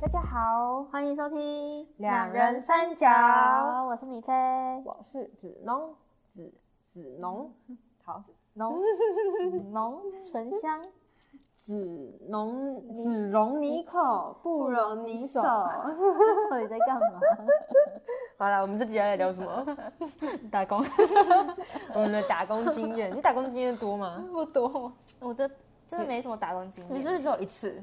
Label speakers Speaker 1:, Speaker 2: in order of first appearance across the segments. Speaker 1: 大家好，
Speaker 2: 欢迎收听
Speaker 1: 两人三角
Speaker 2: 角，我是米菲。
Speaker 1: 我是子农，子子农，好，
Speaker 2: 浓浓醇香，
Speaker 1: 子农，子容你口，不容你手。嗯
Speaker 2: 到底在干嘛？
Speaker 1: 好了，我们这集要来聊什 么？
Speaker 2: 打 工
Speaker 1: 我们的打工经验，你打工经验多吗？
Speaker 2: 不多， 我这真的没什么打工经
Speaker 1: 你
Speaker 2: 验。
Speaker 1: 是只有一次？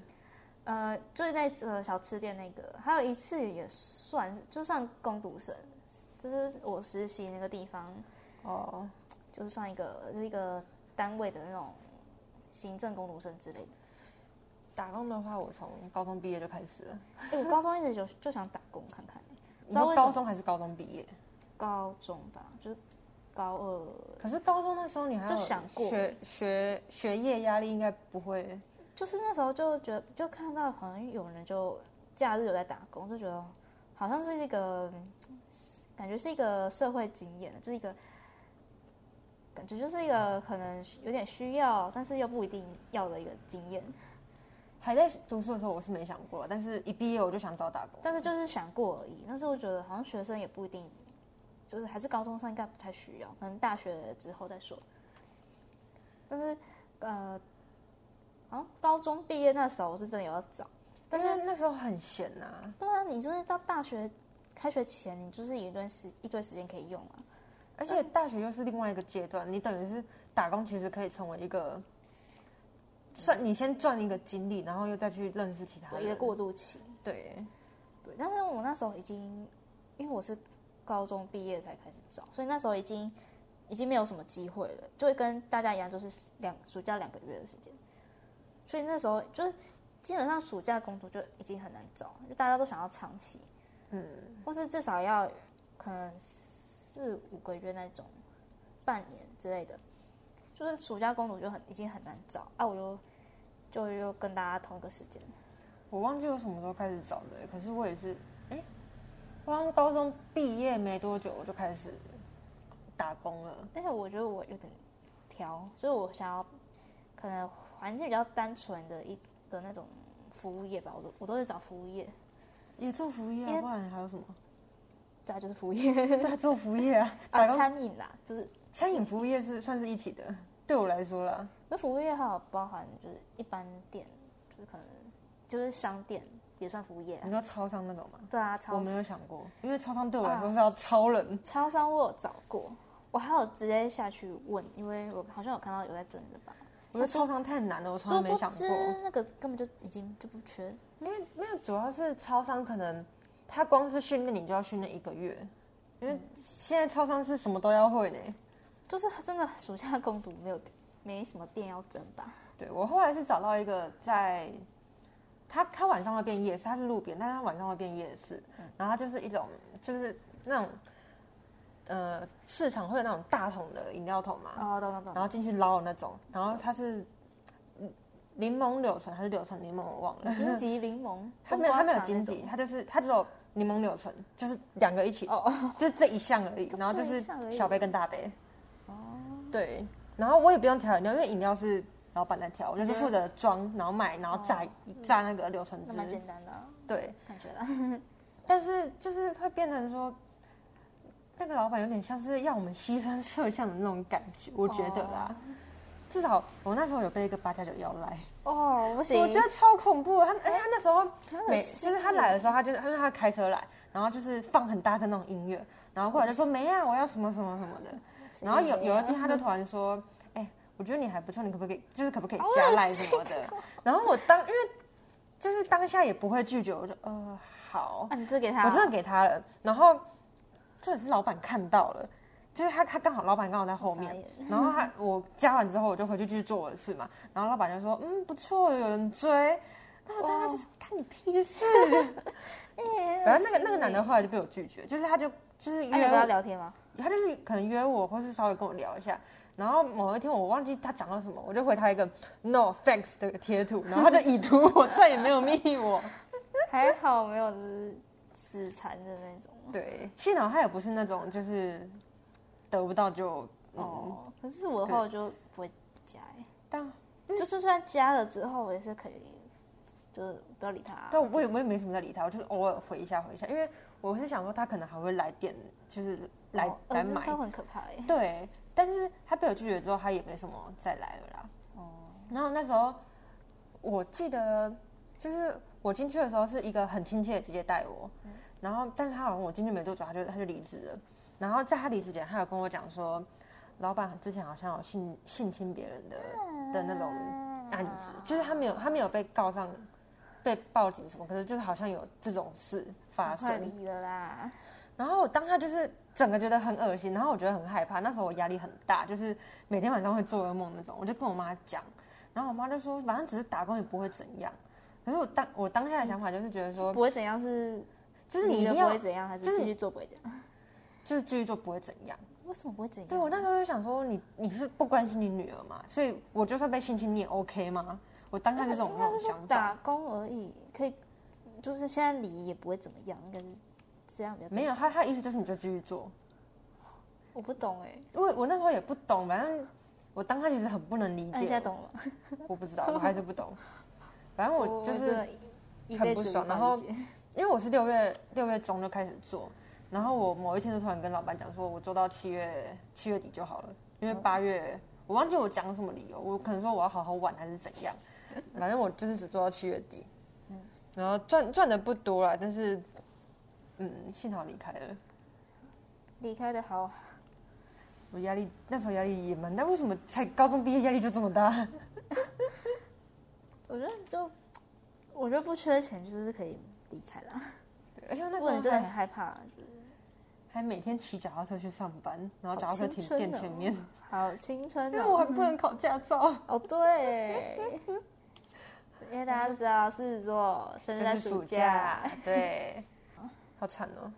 Speaker 2: 呃，就是那个小吃店那个，还有一次也算就算工读生，就是我实习那个地方，
Speaker 1: 哦，
Speaker 2: 就是算一个就是一个单位的那种行政工读生之类的。
Speaker 1: 打工的话，我从高中毕业就开始了。
Speaker 2: 哎、我高中一直就就想打工看看、
Speaker 1: 你
Speaker 2: 知道
Speaker 1: 说
Speaker 2: 为什么
Speaker 1: 高中还是高中毕业？
Speaker 2: 高中吧，就是高二，
Speaker 1: 可是高中那时候你还
Speaker 2: 就
Speaker 1: 有
Speaker 2: 想过
Speaker 1: 学学学业压力应该不会。
Speaker 2: 就是那时候就觉得就看到好像有人就假日有在打工，就觉得好像是一个嗯感觉是一个社会经验，就是一个感觉就是一个可能有点需要，但是又不一定要的一个经验。
Speaker 1: 还在读书的时候，我是没想过，但是一毕业我就想找打工。
Speaker 2: 但是就是想过而已。但是我觉得好像学生也不一定，就是还是高中生应该不太需要，可能大学之后再说。但是呃，好像高中毕业那时候我是真的有要找，但
Speaker 1: 但
Speaker 2: 是
Speaker 1: 是那时候很闲呐、
Speaker 2: 对啊，你就是到大学开学前，你就是有一段时一堆时间可以用啊。
Speaker 1: 而且大学又是另外一个阶段，你等于是打工，其实可以成为一个算你先赚一个经历，然后又再去认识其他
Speaker 2: 对
Speaker 1: 人。
Speaker 2: 一个过渡期。
Speaker 1: 对，
Speaker 2: 对，但是我那时候已经，因为我是高中毕业才开始找，所以那时候已经已经没有什么机会了，就会跟大家一样，就是两暑假两个月的时间，所以那时候就是基本上暑假工作就已经很难找，就大家都想要长期，
Speaker 1: 嗯，
Speaker 2: 或是至少要可能四五个月那种，半年之类的，就是暑假工作就很已经很难找啊，我就就又跟大家同一个时间，
Speaker 1: 我忘记我什么时候开始找的、可是我也是，哎、我好像高中毕业没多久我就开始打工了。
Speaker 2: 但是我觉得我有点挑，所以我想要可能环境比较单纯的一的那种服务业吧，我都我都是找服务业，
Speaker 1: 也做服务业、
Speaker 2: 因
Speaker 1: 啊，
Speaker 2: 为
Speaker 1: 不然还有什么？
Speaker 2: 再来就是服务业
Speaker 1: 对啊，做服务业啊，打
Speaker 2: 啊，
Speaker 1: 工、
Speaker 2: 餐饮啦，就是
Speaker 1: 餐饮服务业是算是一起的。对我来说啦，
Speaker 2: 那服务业还有包含就是一般店，就是可能就是商店也算服务业啊
Speaker 1: 你，说超商啊那种吗？
Speaker 2: 对啊，
Speaker 1: 我
Speaker 2: 超
Speaker 1: 没
Speaker 2: 市
Speaker 1: 有想过，因为超商对我来说是要超人。
Speaker 2: 超商我有找过，我还有直接下去问，因为我好像有看到有在整的吧，
Speaker 1: 我觉得超商太难了，我从
Speaker 2: 殊
Speaker 1: 来没
Speaker 2: 不
Speaker 1: 想
Speaker 2: 知
Speaker 1: 过。
Speaker 2: 那个根本就已经就不缺，
Speaker 1: 因为没有，主要是超商可能他光是训练你就要训练一个月，因为现在超商是什么都要会呢。
Speaker 2: 就是真的暑假攻读没有没什么店要整吧。
Speaker 1: 对我后来是找到一个在，他他晚上会变夜市，他是路边，但是他晚上会变夜市，然后他就是一种就是那种呃市场会有那种大桶的饮料桶嘛，
Speaker 2: 哦，懂懂懂。
Speaker 1: 然后进去捞的那种，然后它是嗯柠檬柳橙还是柳橙柠檬我忘了，
Speaker 2: 荆棘柠檬，
Speaker 1: 它没有，它没有
Speaker 2: 金
Speaker 1: 荆棘，它就是它只有柠檬柳橙，就是两个一起，
Speaker 2: 哦哦，
Speaker 1: 就是这一项而已。然后就
Speaker 2: 这一
Speaker 1: 是
Speaker 2: 项而已
Speaker 1: 小杯跟大杯。哦。对，然后我也不用调饮料，因为饮料是老板在调，我
Speaker 2: 嗯
Speaker 1: 就是负责装，然后卖，然后
Speaker 2: 哦
Speaker 1: 榨榨那个柳橙
Speaker 2: 那蛮
Speaker 1: 汁。
Speaker 2: 简单的啊
Speaker 1: 对，
Speaker 2: 感觉 啦。
Speaker 1: 但是就是会变成说。那个老板有点像是要我们牺牲摄像的那种感觉，我觉得啦。至少我那时候有被一个八加九邀来，
Speaker 2: 哦，不行，
Speaker 1: 我觉得超恐怖的。他哎、他那时候
Speaker 2: 很恶
Speaker 1: 每
Speaker 2: 心
Speaker 1: 就是他来的时候，他就是因为他开车来，然后就是放很大声那种音乐，然后过来就说没啊，我要什么什么什么的。
Speaker 2: 谁
Speaker 1: 然后有
Speaker 2: 会
Speaker 1: 有
Speaker 2: 啊
Speaker 1: 一天他就突然说，哎、我觉得你还不错，你可不可以就是可不可以
Speaker 2: 好恶
Speaker 1: 加来什么 的？然后我当因为就是当下也不会拒绝，我就呃好，
Speaker 2: 啊，你这给他，
Speaker 1: 我真的给他了。然后这也是老板看到了，就是他他刚好老板刚好在后
Speaker 2: 傻
Speaker 1: 面
Speaker 2: 眼，
Speaker 1: 然后他我加完之后我就回去继续做我的事嘛。然后老板就说嗯不错，有人追。然后大家就是干你屁事。
Speaker 2: 哦哎，
Speaker 1: 然后那个那个男的后来就被我拒绝，就是他就就是
Speaker 2: 哎，你有跟他
Speaker 1: 约
Speaker 2: 聊天吗？
Speaker 1: 他就是可能约我，或是稍微跟我聊一下。然后某一天我忘记他讲了什么，我就回他一个 no thanks 的贴图，然后他就已读我，再也没有密我。
Speaker 2: 还好没有，就是死缠的那种。
Speaker 1: 对，幸好他也不是那种就是得不到就哦，啊
Speaker 2: 哦，可是我的话我就不会加，哎
Speaker 1: 但
Speaker 2: 就是就算加了之后，我也是可以就是不要理他、
Speaker 1: 但我也我也没什么在理他，我就是偶尔回一下回一下，因为我是想说他可能还会来点，就是来、
Speaker 2: 哦
Speaker 1: 来
Speaker 2: 呃那
Speaker 1: 买
Speaker 2: 他，会很可怕哎、
Speaker 1: 对，但是他被我拒绝之后，他也没什么再来了啦。
Speaker 2: 哦，
Speaker 1: 然后那时候我记得，就是我进去的时候是一个很亲切的姐姐带我，然后但是她好像我进去没多久，她就她就离职了。然后在她离职前，她有跟我讲说，老板之前好像有性性侵别人的的那种案子，就是他没有他没有被告上被报警什么，可是就是好像有这种事发
Speaker 2: 赶快
Speaker 1: 生。
Speaker 2: 离了啦。
Speaker 1: 然后我当下就是整个觉得很恶心，然后我觉得很害怕。那时候我压力很大，就是每天晚上会做噩梦那种。我就跟我妈讲，然后我妈就说，反正只是打工也不会怎样。可是我当我当下的想法就是觉得说，
Speaker 2: 不会怎样是，
Speaker 1: 就是你
Speaker 2: 离
Speaker 1: 一
Speaker 2: 了
Speaker 1: 定
Speaker 2: 不
Speaker 1: 要
Speaker 2: 会怎样，还是
Speaker 1: 就是
Speaker 2: 继续做不会怎样？
Speaker 1: 就是继续做不会怎样。
Speaker 2: 为什么不会怎样？
Speaker 1: 对我那时候就想说，你你是不关心你女儿嘛？所以我就算被性侵，你也 OK 吗？我当下就这种这种想
Speaker 2: 打
Speaker 1: 法。
Speaker 2: 工而已，可以，就是现在离也不会怎么样，应该是这样比较正
Speaker 1: 没有，
Speaker 2: 常。
Speaker 1: 他他的意思就是你就继续做，
Speaker 2: 我不懂哎、
Speaker 1: 因为我那时候也不懂，反正我当下其实很不能理
Speaker 2: 那你现在
Speaker 1: 解，
Speaker 2: 懂了吗？
Speaker 1: 我不知道，我还是不懂。反正我就
Speaker 2: 真
Speaker 1: 是
Speaker 2: 的一
Speaker 1: 很
Speaker 2: 辈
Speaker 1: 不
Speaker 2: 子无
Speaker 1: 爽
Speaker 2: 法
Speaker 1: 然后
Speaker 2: 理解
Speaker 1: 因为我是六月六月中就开始做，然后我某一天就突然跟老板讲说，我做到七月七月底就好了，因为八月我忘记我讲什么理由，我可能说我要好好玩还是怎 样，反正我就是只做到七月底，然后赚赚的不多啦，但是嗯，幸好离开了，
Speaker 2: 离开的好，
Speaker 1: 我压力那时候压力也蛮大，为什么才高中毕业压力就这么大？
Speaker 2: 我觉得就我觉得不缺钱就是可以离开啦。
Speaker 1: 而且我那
Speaker 2: 如
Speaker 1: 时候
Speaker 2: 果你真的很
Speaker 1: 还
Speaker 2: 害怕，就是
Speaker 1: 还每天骑脚踏车去上班，然后脚踏车
Speaker 2: 好青
Speaker 1: 停
Speaker 2: 春
Speaker 1: 店
Speaker 2: 哦
Speaker 1: 前面，
Speaker 2: 好青春
Speaker 1: 因为
Speaker 2: 哦！
Speaker 1: 我还不能考驾照。
Speaker 2: 哦，对，因为大家都知道狮子座生日在
Speaker 1: 就是
Speaker 2: 暑假，， 嗯
Speaker 1: 对，好惨哦。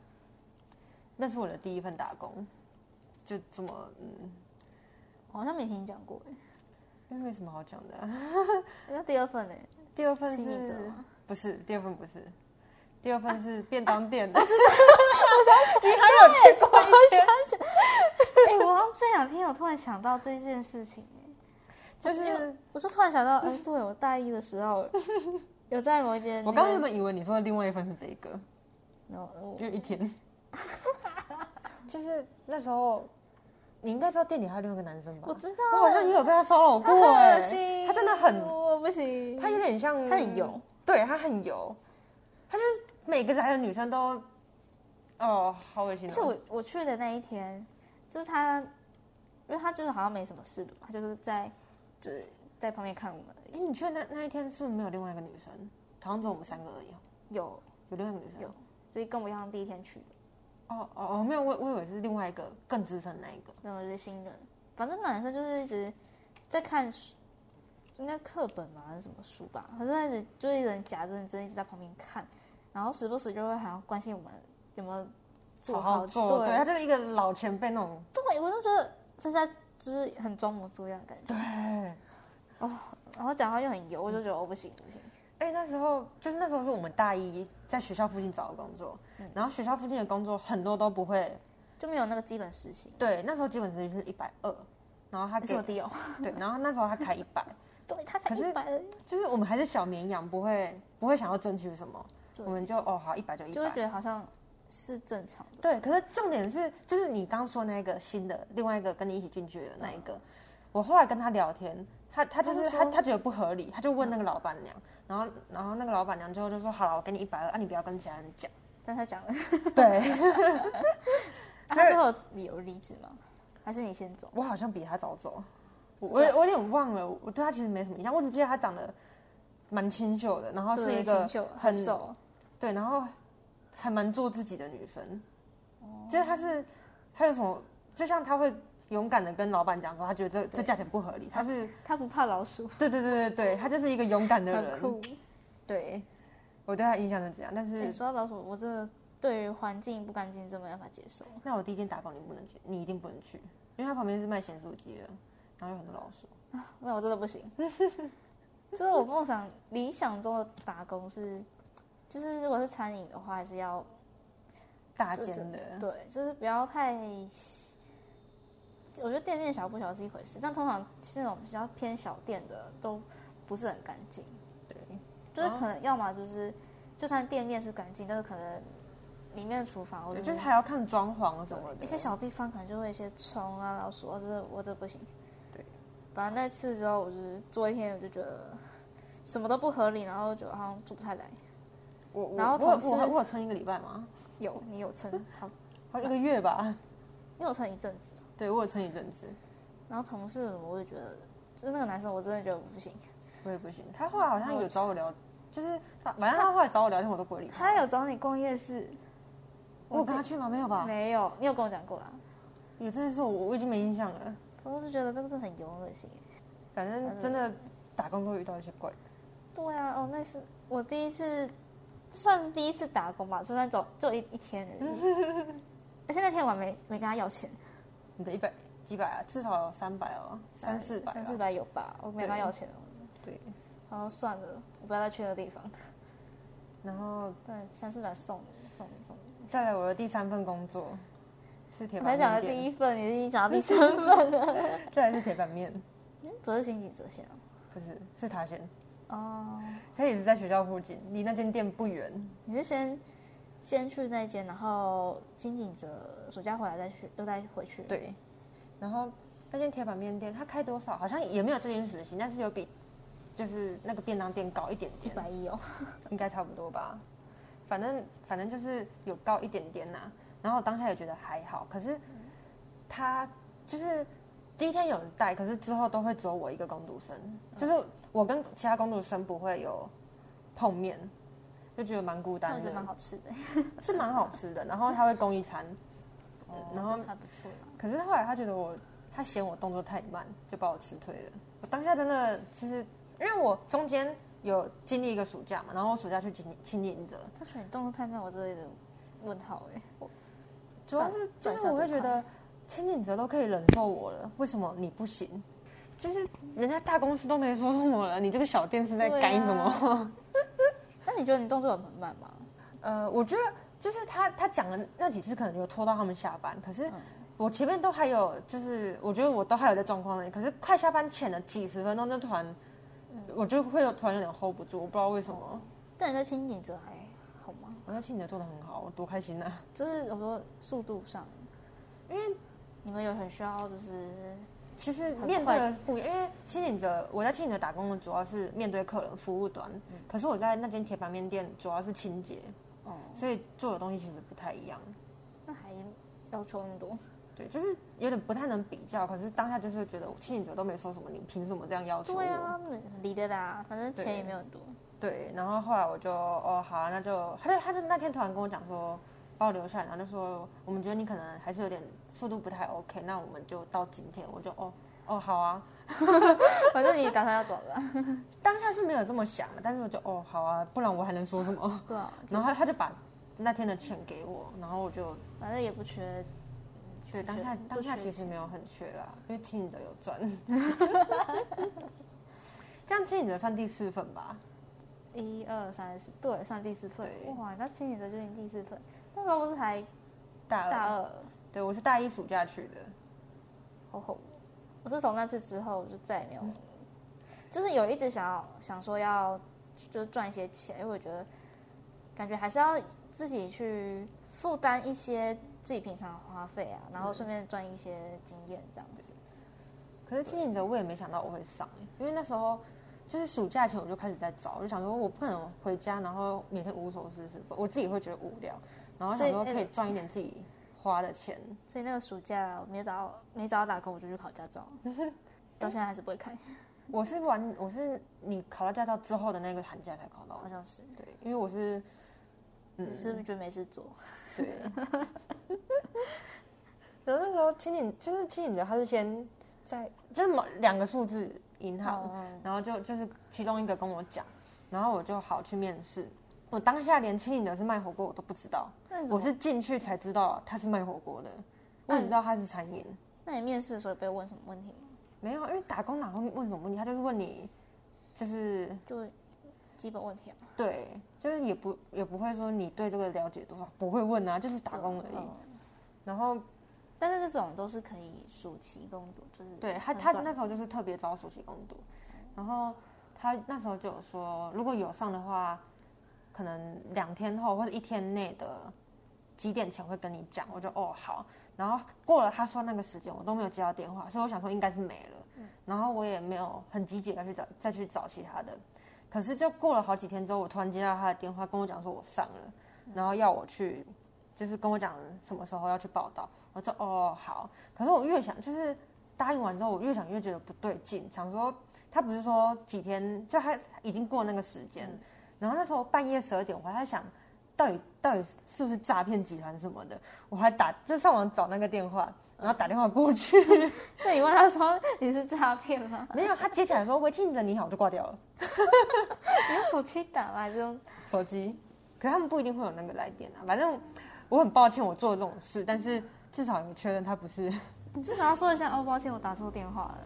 Speaker 1: 那是我的第一份打工，就这么嗯，
Speaker 2: 我好像没听你讲过哎。
Speaker 1: 因为没什么好讲的啊、
Speaker 2: 那第二 份呢？
Speaker 1: 第二份
Speaker 2: 清明
Speaker 1: 是
Speaker 2: 节吗啊
Speaker 1: 不是？第二份不是，第二份是便当 店的。我知道，你还有去过一天，
Speaker 2: 哎、我好像这两天有突然想到这件事情、哎，
Speaker 1: 就
Speaker 2: 因为
Speaker 1: 是
Speaker 2: 我就突然想到，哎、对我大一的时 候有在某一间、
Speaker 1: 我
Speaker 2: 那
Speaker 1: 刚
Speaker 2: 个
Speaker 1: 原本以为你说的另外一份是这个，
Speaker 2: 没有我
Speaker 1: 就 一天。就是那时候，你应该知道店里还有另外一个男生吧
Speaker 2: 我？知道，
Speaker 1: 我好像也有被他骚扰过
Speaker 2: 他很
Speaker 1: 哎
Speaker 2: 恶，心，
Speaker 1: 他真的很
Speaker 2: 我不行，
Speaker 1: 它有点像，
Speaker 2: 它很油，
Speaker 1: 对，它很油，它就是每个来的女生都，哦，好恶心、
Speaker 2: 而
Speaker 1: 哦。
Speaker 2: 且我我去的那一天，就是他，因为他就是好像没什么事的嘛，他就是在就是在旁边看我们而
Speaker 1: 哎、
Speaker 2: 已。
Speaker 1: 你去的那那一天是不是没有另外一个女生？好像只有我们三个而已哦，
Speaker 2: 有，
Speaker 1: 有另外一个女生。
Speaker 2: 有所以跟我一样第一天去的，
Speaker 1: 哦哦哦，没有，我我以为是另外一个更资深的那一个。
Speaker 2: 没有就是新人。反正那男生就是一直在看书，应该课本吧还是什么书吧，反正一直就一人夹着认真一直在旁边看，然后时不时就会好像关心我们有没有做
Speaker 1: 好好做，对，
Speaker 2: 对
Speaker 1: 他就是一个老前辈那种，
Speaker 2: 对，我就觉得他是在就是很装模作样的感觉，
Speaker 1: 对。
Speaker 2: 然后讲话又很油，我就觉得哦我不行不行。
Speaker 1: 哎、那时候就是那时候是我们大一在学校附近找的工作，然后学校附近的工作很多都不会，
Speaker 2: 就没有那个基本实习，
Speaker 1: 对，那时候基本时薪是一百二，然后他
Speaker 2: 这
Speaker 1: 给
Speaker 2: 么低哦。
Speaker 1: 对，然后那时候他开一百，
Speaker 2: 对，他才
Speaker 1: 可是
Speaker 2: 一百而已，
Speaker 1: 就是我们还是小绵羊，不会不会想要争取什么，
Speaker 2: 对
Speaker 1: 我们就哦好一百就一
Speaker 2: 就会
Speaker 1: 百。
Speaker 2: 觉得好像是正常的。
Speaker 1: 对，可是重点是，就是你刚说那个新的，另外一个跟你一起进去的那一个，我后来跟他聊天，他他就是
Speaker 2: 嗯他就
Speaker 1: 他
Speaker 2: 说嗯
Speaker 1: 他觉得不合理，他就问那个老板娘，然后然后那个老板娘最后就说好了，我给你一百二，啊你不要跟其他人 讲。
Speaker 2: 但他讲了，
Speaker 1: 对，
Speaker 2: 啊他最后有理由离职吗？还是你先走？
Speaker 1: 我好像比他早走，我我我有点忘了，我对他其实没什么印象，我只记得他长得蛮清秀的，然后是
Speaker 2: 对
Speaker 1: 一个
Speaker 2: 新秀
Speaker 1: 很
Speaker 2: 很瘦，
Speaker 1: 对，然后还蛮做自己的女生，就是她是她有什么，就像她会勇敢的跟老板讲说，她觉得这这
Speaker 2: 对
Speaker 1: 价钱不合理，她是
Speaker 2: 他不怕老鼠，
Speaker 1: 对对对对对，她就是一个勇敢的
Speaker 2: 很
Speaker 1: 人，
Speaker 2: 酷。
Speaker 1: 对，我对她印象是这样，但
Speaker 2: 哎
Speaker 1: 是
Speaker 2: 说到老鼠，我真的对于环境不干净真没办法接受。
Speaker 1: 那我第一间打工你不能去，你一定不能去，因为它旁边是卖咸酥鸡的，然后有很多老鼠，
Speaker 2: 那我真的不 行。就是我梦想、理想中的打工是，就是如果是餐饮的话，还是要
Speaker 1: 大
Speaker 2: 就
Speaker 1: 间
Speaker 2: 这
Speaker 1: 的，
Speaker 2: 对，就是不要太。我觉得店面小不小是一回事，但通常是那种比较偏小店的都不是很干净。
Speaker 1: 对，
Speaker 2: 就是可能要么就是，就算店面是干净，但是可能里面的厨房或者
Speaker 1: 对就是还要看装潢什么的。
Speaker 2: 一些小地方可能就会有一些虫啊、老鼠啊，这我这不行。
Speaker 1: 对，
Speaker 2: 反正那次之后，我就是做一天，我就觉得什么都不合理，然后就好像做不太来。
Speaker 1: 我我
Speaker 2: 然后
Speaker 1: 我有
Speaker 2: 同
Speaker 1: 我
Speaker 2: 事
Speaker 1: 有我有撑一个礼拜吗？
Speaker 2: 有你有撑，好，
Speaker 1: 好像一个月吧。
Speaker 2: 你有撑一阵子。
Speaker 1: 对我有撑一阵子，
Speaker 2: 然后同事，我也觉得，就是那个男生，我真的觉得我不行。
Speaker 1: 我也不行。他后来好像有找我聊，就是他反正他后来找我聊天，我都不会理他。
Speaker 2: 他有找你逛夜市，
Speaker 1: 我有跟他去吗？没有吧？
Speaker 2: 没有，你有跟我讲过啦。
Speaker 1: 有这件事我我已经没印象了。
Speaker 2: 我就觉得那个真的很油，很恶心。
Speaker 1: 反正真的打工都会遇到一些怪人。
Speaker 2: 对啊，哦，那是我第一次，算是第一次打工吧，虽然走就一一天而已。 而且那天我还没没跟他要钱，
Speaker 1: 你的一百几百啊，至少有三百哦，三四百吧。
Speaker 2: 三四百有吧？我没跟他
Speaker 1: 对
Speaker 2: 要钱哦。
Speaker 1: 对，
Speaker 2: 然后算了，我不要再去那地方。
Speaker 1: 然后
Speaker 2: 对，三四百送你，送你，送你。
Speaker 1: 再来我的第三份工作是铁
Speaker 2: 我才
Speaker 1: 板面
Speaker 2: 讲
Speaker 1: 店。
Speaker 2: 了第一份，你已经讲到第三份 了。
Speaker 1: 再来是铁板面，
Speaker 2: 嗯不是新井泽线啊
Speaker 1: 不是是塔轩，
Speaker 2: 哦，
Speaker 1: 他也是在学校附近，离那间店不远。
Speaker 2: 你是先先去那间，然后新井泽暑假回来再去，又再回去。，
Speaker 1: 对，然后那间铁板面店它开多少？好像也没有这件事情，但是有比就是那个便当店高一点
Speaker 2: 一
Speaker 1: 点，
Speaker 2: 百 一哦。
Speaker 1: 应该差不多吧。反正反正就是有高一点点呐、然后我当下也觉得还好，可是他就是第一天有人带，可是之后都会只有我一个工读生，就是我跟其他工读生不会有碰面，就觉得蛮 孤
Speaker 2: 但我
Speaker 1: 单
Speaker 2: 觉得
Speaker 1: 的
Speaker 2: 蛮，好吃 的，
Speaker 1: 是蛮好吃的。然后他会供一餐，
Speaker 2: 哦
Speaker 1: 然后
Speaker 2: 还不错啦。
Speaker 1: 可是后来他觉得我，他嫌我动作太慢，就把我辞退了。我当下真的其实，因为我中间有经历一个暑假嘛，然后我暑假去青青年者，
Speaker 2: 他觉得你动作太慢，我真的有点问号哎。
Speaker 1: 主要是就
Speaker 2: 转
Speaker 1: 是我会
Speaker 2: 转
Speaker 1: 觉
Speaker 2: 折
Speaker 1: 得青年者都可以忍受我了，为什么你不行？就是人家大公司都没说什么了，你这个小店是在
Speaker 2: 对啊
Speaker 1: 干什么？
Speaker 2: 那你觉得你动作有很慢吗？
Speaker 1: 呃，我觉得就是他他讲的那几次可能有拖到他们下班，可
Speaker 2: 嗯
Speaker 1: 是我前面都还有，就是我觉得我都还有在状况内，可是快下班前的几十分钟就突然，
Speaker 2: 嗯
Speaker 1: 我就会有突然有点 hold 不住，我不知道为什么。
Speaker 2: 哦但你在清景泽还好吗？
Speaker 1: 我在庆姐做的很好，我多开心啊！
Speaker 2: 就是我说速度上，
Speaker 1: 因为
Speaker 2: 你们有很需要就是
Speaker 1: 其实
Speaker 2: 很
Speaker 1: 面对
Speaker 2: 快
Speaker 1: 的是不一样，因为青岭泽我在青岭泽打工的主要是面对客人服务端，可是我在那间铁板面店主要是清洁，
Speaker 2: 嗯哦，
Speaker 1: 所以做的东西其实不太一样。
Speaker 2: 那还要求那么多，
Speaker 1: 对，就是有点不太能比较，可是当下就是觉得我青年者都没说什么，你凭什么这样要求我？
Speaker 2: 对啊，离得啦，反正钱
Speaker 1: 对
Speaker 2: 也没有很多，
Speaker 1: 对然后后来我就哦好、啊，那就他就他就那天突然跟我讲说把我留下来，然后就说我们觉得你可能还是有点速度不太 OK，那我们就到今天，我就哦哦好啊，
Speaker 2: 反正你打算要走了，
Speaker 1: 当下是没有这么想的，但是我就哦好啊，不然我还能说什么？
Speaker 2: 对啊，
Speaker 1: 然后他他就把那天的钱给我，然后我就
Speaker 2: 反正也不缺，
Speaker 1: 对当下
Speaker 2: 不
Speaker 1: 当下
Speaker 2: 缺
Speaker 1: 其实没有很缺啦，因为青年者有赚， 这样青年者算第四份吧。
Speaker 2: 一二三四，对，算第四份，
Speaker 1: 对
Speaker 2: 哇，那清景泽就已经第四份，那时候不是才
Speaker 1: 大二，
Speaker 2: 大二，
Speaker 1: 对我是大一暑假去的，
Speaker 2: 吼吼，我是从那次之后我就再也没有，
Speaker 1: 嗯
Speaker 2: 就是有一直想要想说要就是赚一些钱，因为我觉得感觉还是要自己去负担一些自己平常的花费
Speaker 1: 嗯
Speaker 2: 啊，然后顺便赚一些经验这样子。
Speaker 1: 可是青年者我也没想到我会上、欸因为那时候就是暑假前我就开始在找，我就想说我不可能回家然后每天无所事事，我自己会觉得无聊，然后
Speaker 2: 所以
Speaker 1: 想说
Speaker 2: 那
Speaker 1: 可以嗯赚一点自己花的钱。
Speaker 2: 所以那个暑假我没找到没找到打工，我就去考驾 照，到现在还是不会开，
Speaker 1: 我是玩，我是你考到驾照之后的那个寒假才考到
Speaker 2: 好
Speaker 1: 的，
Speaker 2: 像是。
Speaker 1: 对，因为我是，嗯
Speaker 2: 你，是不是觉得没事做？
Speaker 1: 对。 然后那时候青年就是青年者，他是先在就是某两个数字银行，
Speaker 2: 哦，
Speaker 1: 然后就就是其中一个跟我讲，然后我就好去面试。我当下连青影的是卖火锅我都不知道，
Speaker 2: 那你怎
Speaker 1: 我
Speaker 2: 么嗯
Speaker 1: 是进去才知道他是卖火锅的，我只知道他是餐饮。
Speaker 2: 那你面试的时候有被问什么问题吗？
Speaker 1: 没有，因为打工哪会问什么问题？他就是问你，就是
Speaker 2: 就基本问题啊，
Speaker 1: 对，就是也不也不会说你对这个了解多少，不会问啊，就是打工而
Speaker 2: 对
Speaker 1: 已。
Speaker 2: 嗯
Speaker 1: 然后
Speaker 2: 但是这种都是可以暑期工作，就是
Speaker 1: 对他
Speaker 2: 嗯很
Speaker 1: 他
Speaker 2: 短
Speaker 1: 那时候就是特别招暑期工读，然后他那时候就有说，如果有上的话，可能两天后或者一天内的几点前会跟你讲。我就哦好，然后过了他说那个时间，我都没有接到电话，所以我想说应该是没了。
Speaker 2: 嗯
Speaker 1: 然后我也没有很积极的去找再去找其他的，可是就过了好几天之后，我突然接到他的电话，跟我讲说我上了，
Speaker 2: 嗯
Speaker 1: 然后要我去，就是跟我讲什么时候要去报道。我就哦好，可是我越想就是答应完之后，我越想越觉得不对劲，想说他不是说几天，就他已经过那个时间，然后那时候半夜十二点，我还在想，到底到底是不是诈骗集团什么的，我还打就上网找那个电话，然后打电话过去，
Speaker 2: 那你问他说你是诈骗吗？
Speaker 1: 没有，他接起来说：“喂，亲你的你好。”我就挂掉了
Speaker 2: 你用手机打吗？还是用
Speaker 1: 手机。可是他们不一定会有那个来电啊，反正我很抱歉我做了这种事，但是至少有确认他不是。
Speaker 2: 你至少要说一下哦，抱歉，我打错电话了。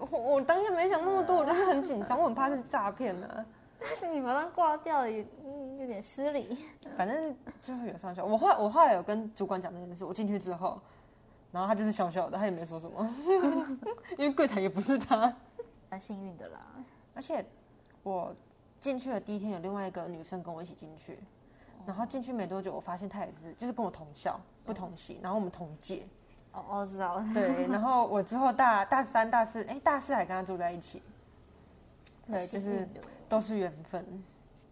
Speaker 1: 我我当下没想那么多，我就是很紧张，我很怕是诈骗啊呢、
Speaker 2: 你马上挂掉了，也嗯有点失礼。
Speaker 1: 反正就会有上下。我后来我后来有跟主管讲这件事，我进去之后，然后他就是笑笑的，他也没说什么， 因为柜台也不是他。
Speaker 2: 蛮幸运的啦，
Speaker 1: 而且我进去的第一天有另外一个女生跟我一起进去，然后进去没多久，我发现她也是就是跟我同校不同系，然后我们同届，
Speaker 2: 哦，我知道了。
Speaker 1: 对，然后我之后大大三、大四，哎，大四还跟她住在一起，对，
Speaker 2: 蛮
Speaker 1: 就
Speaker 2: 幸
Speaker 1: 是
Speaker 2: 运的
Speaker 1: 都是缘分。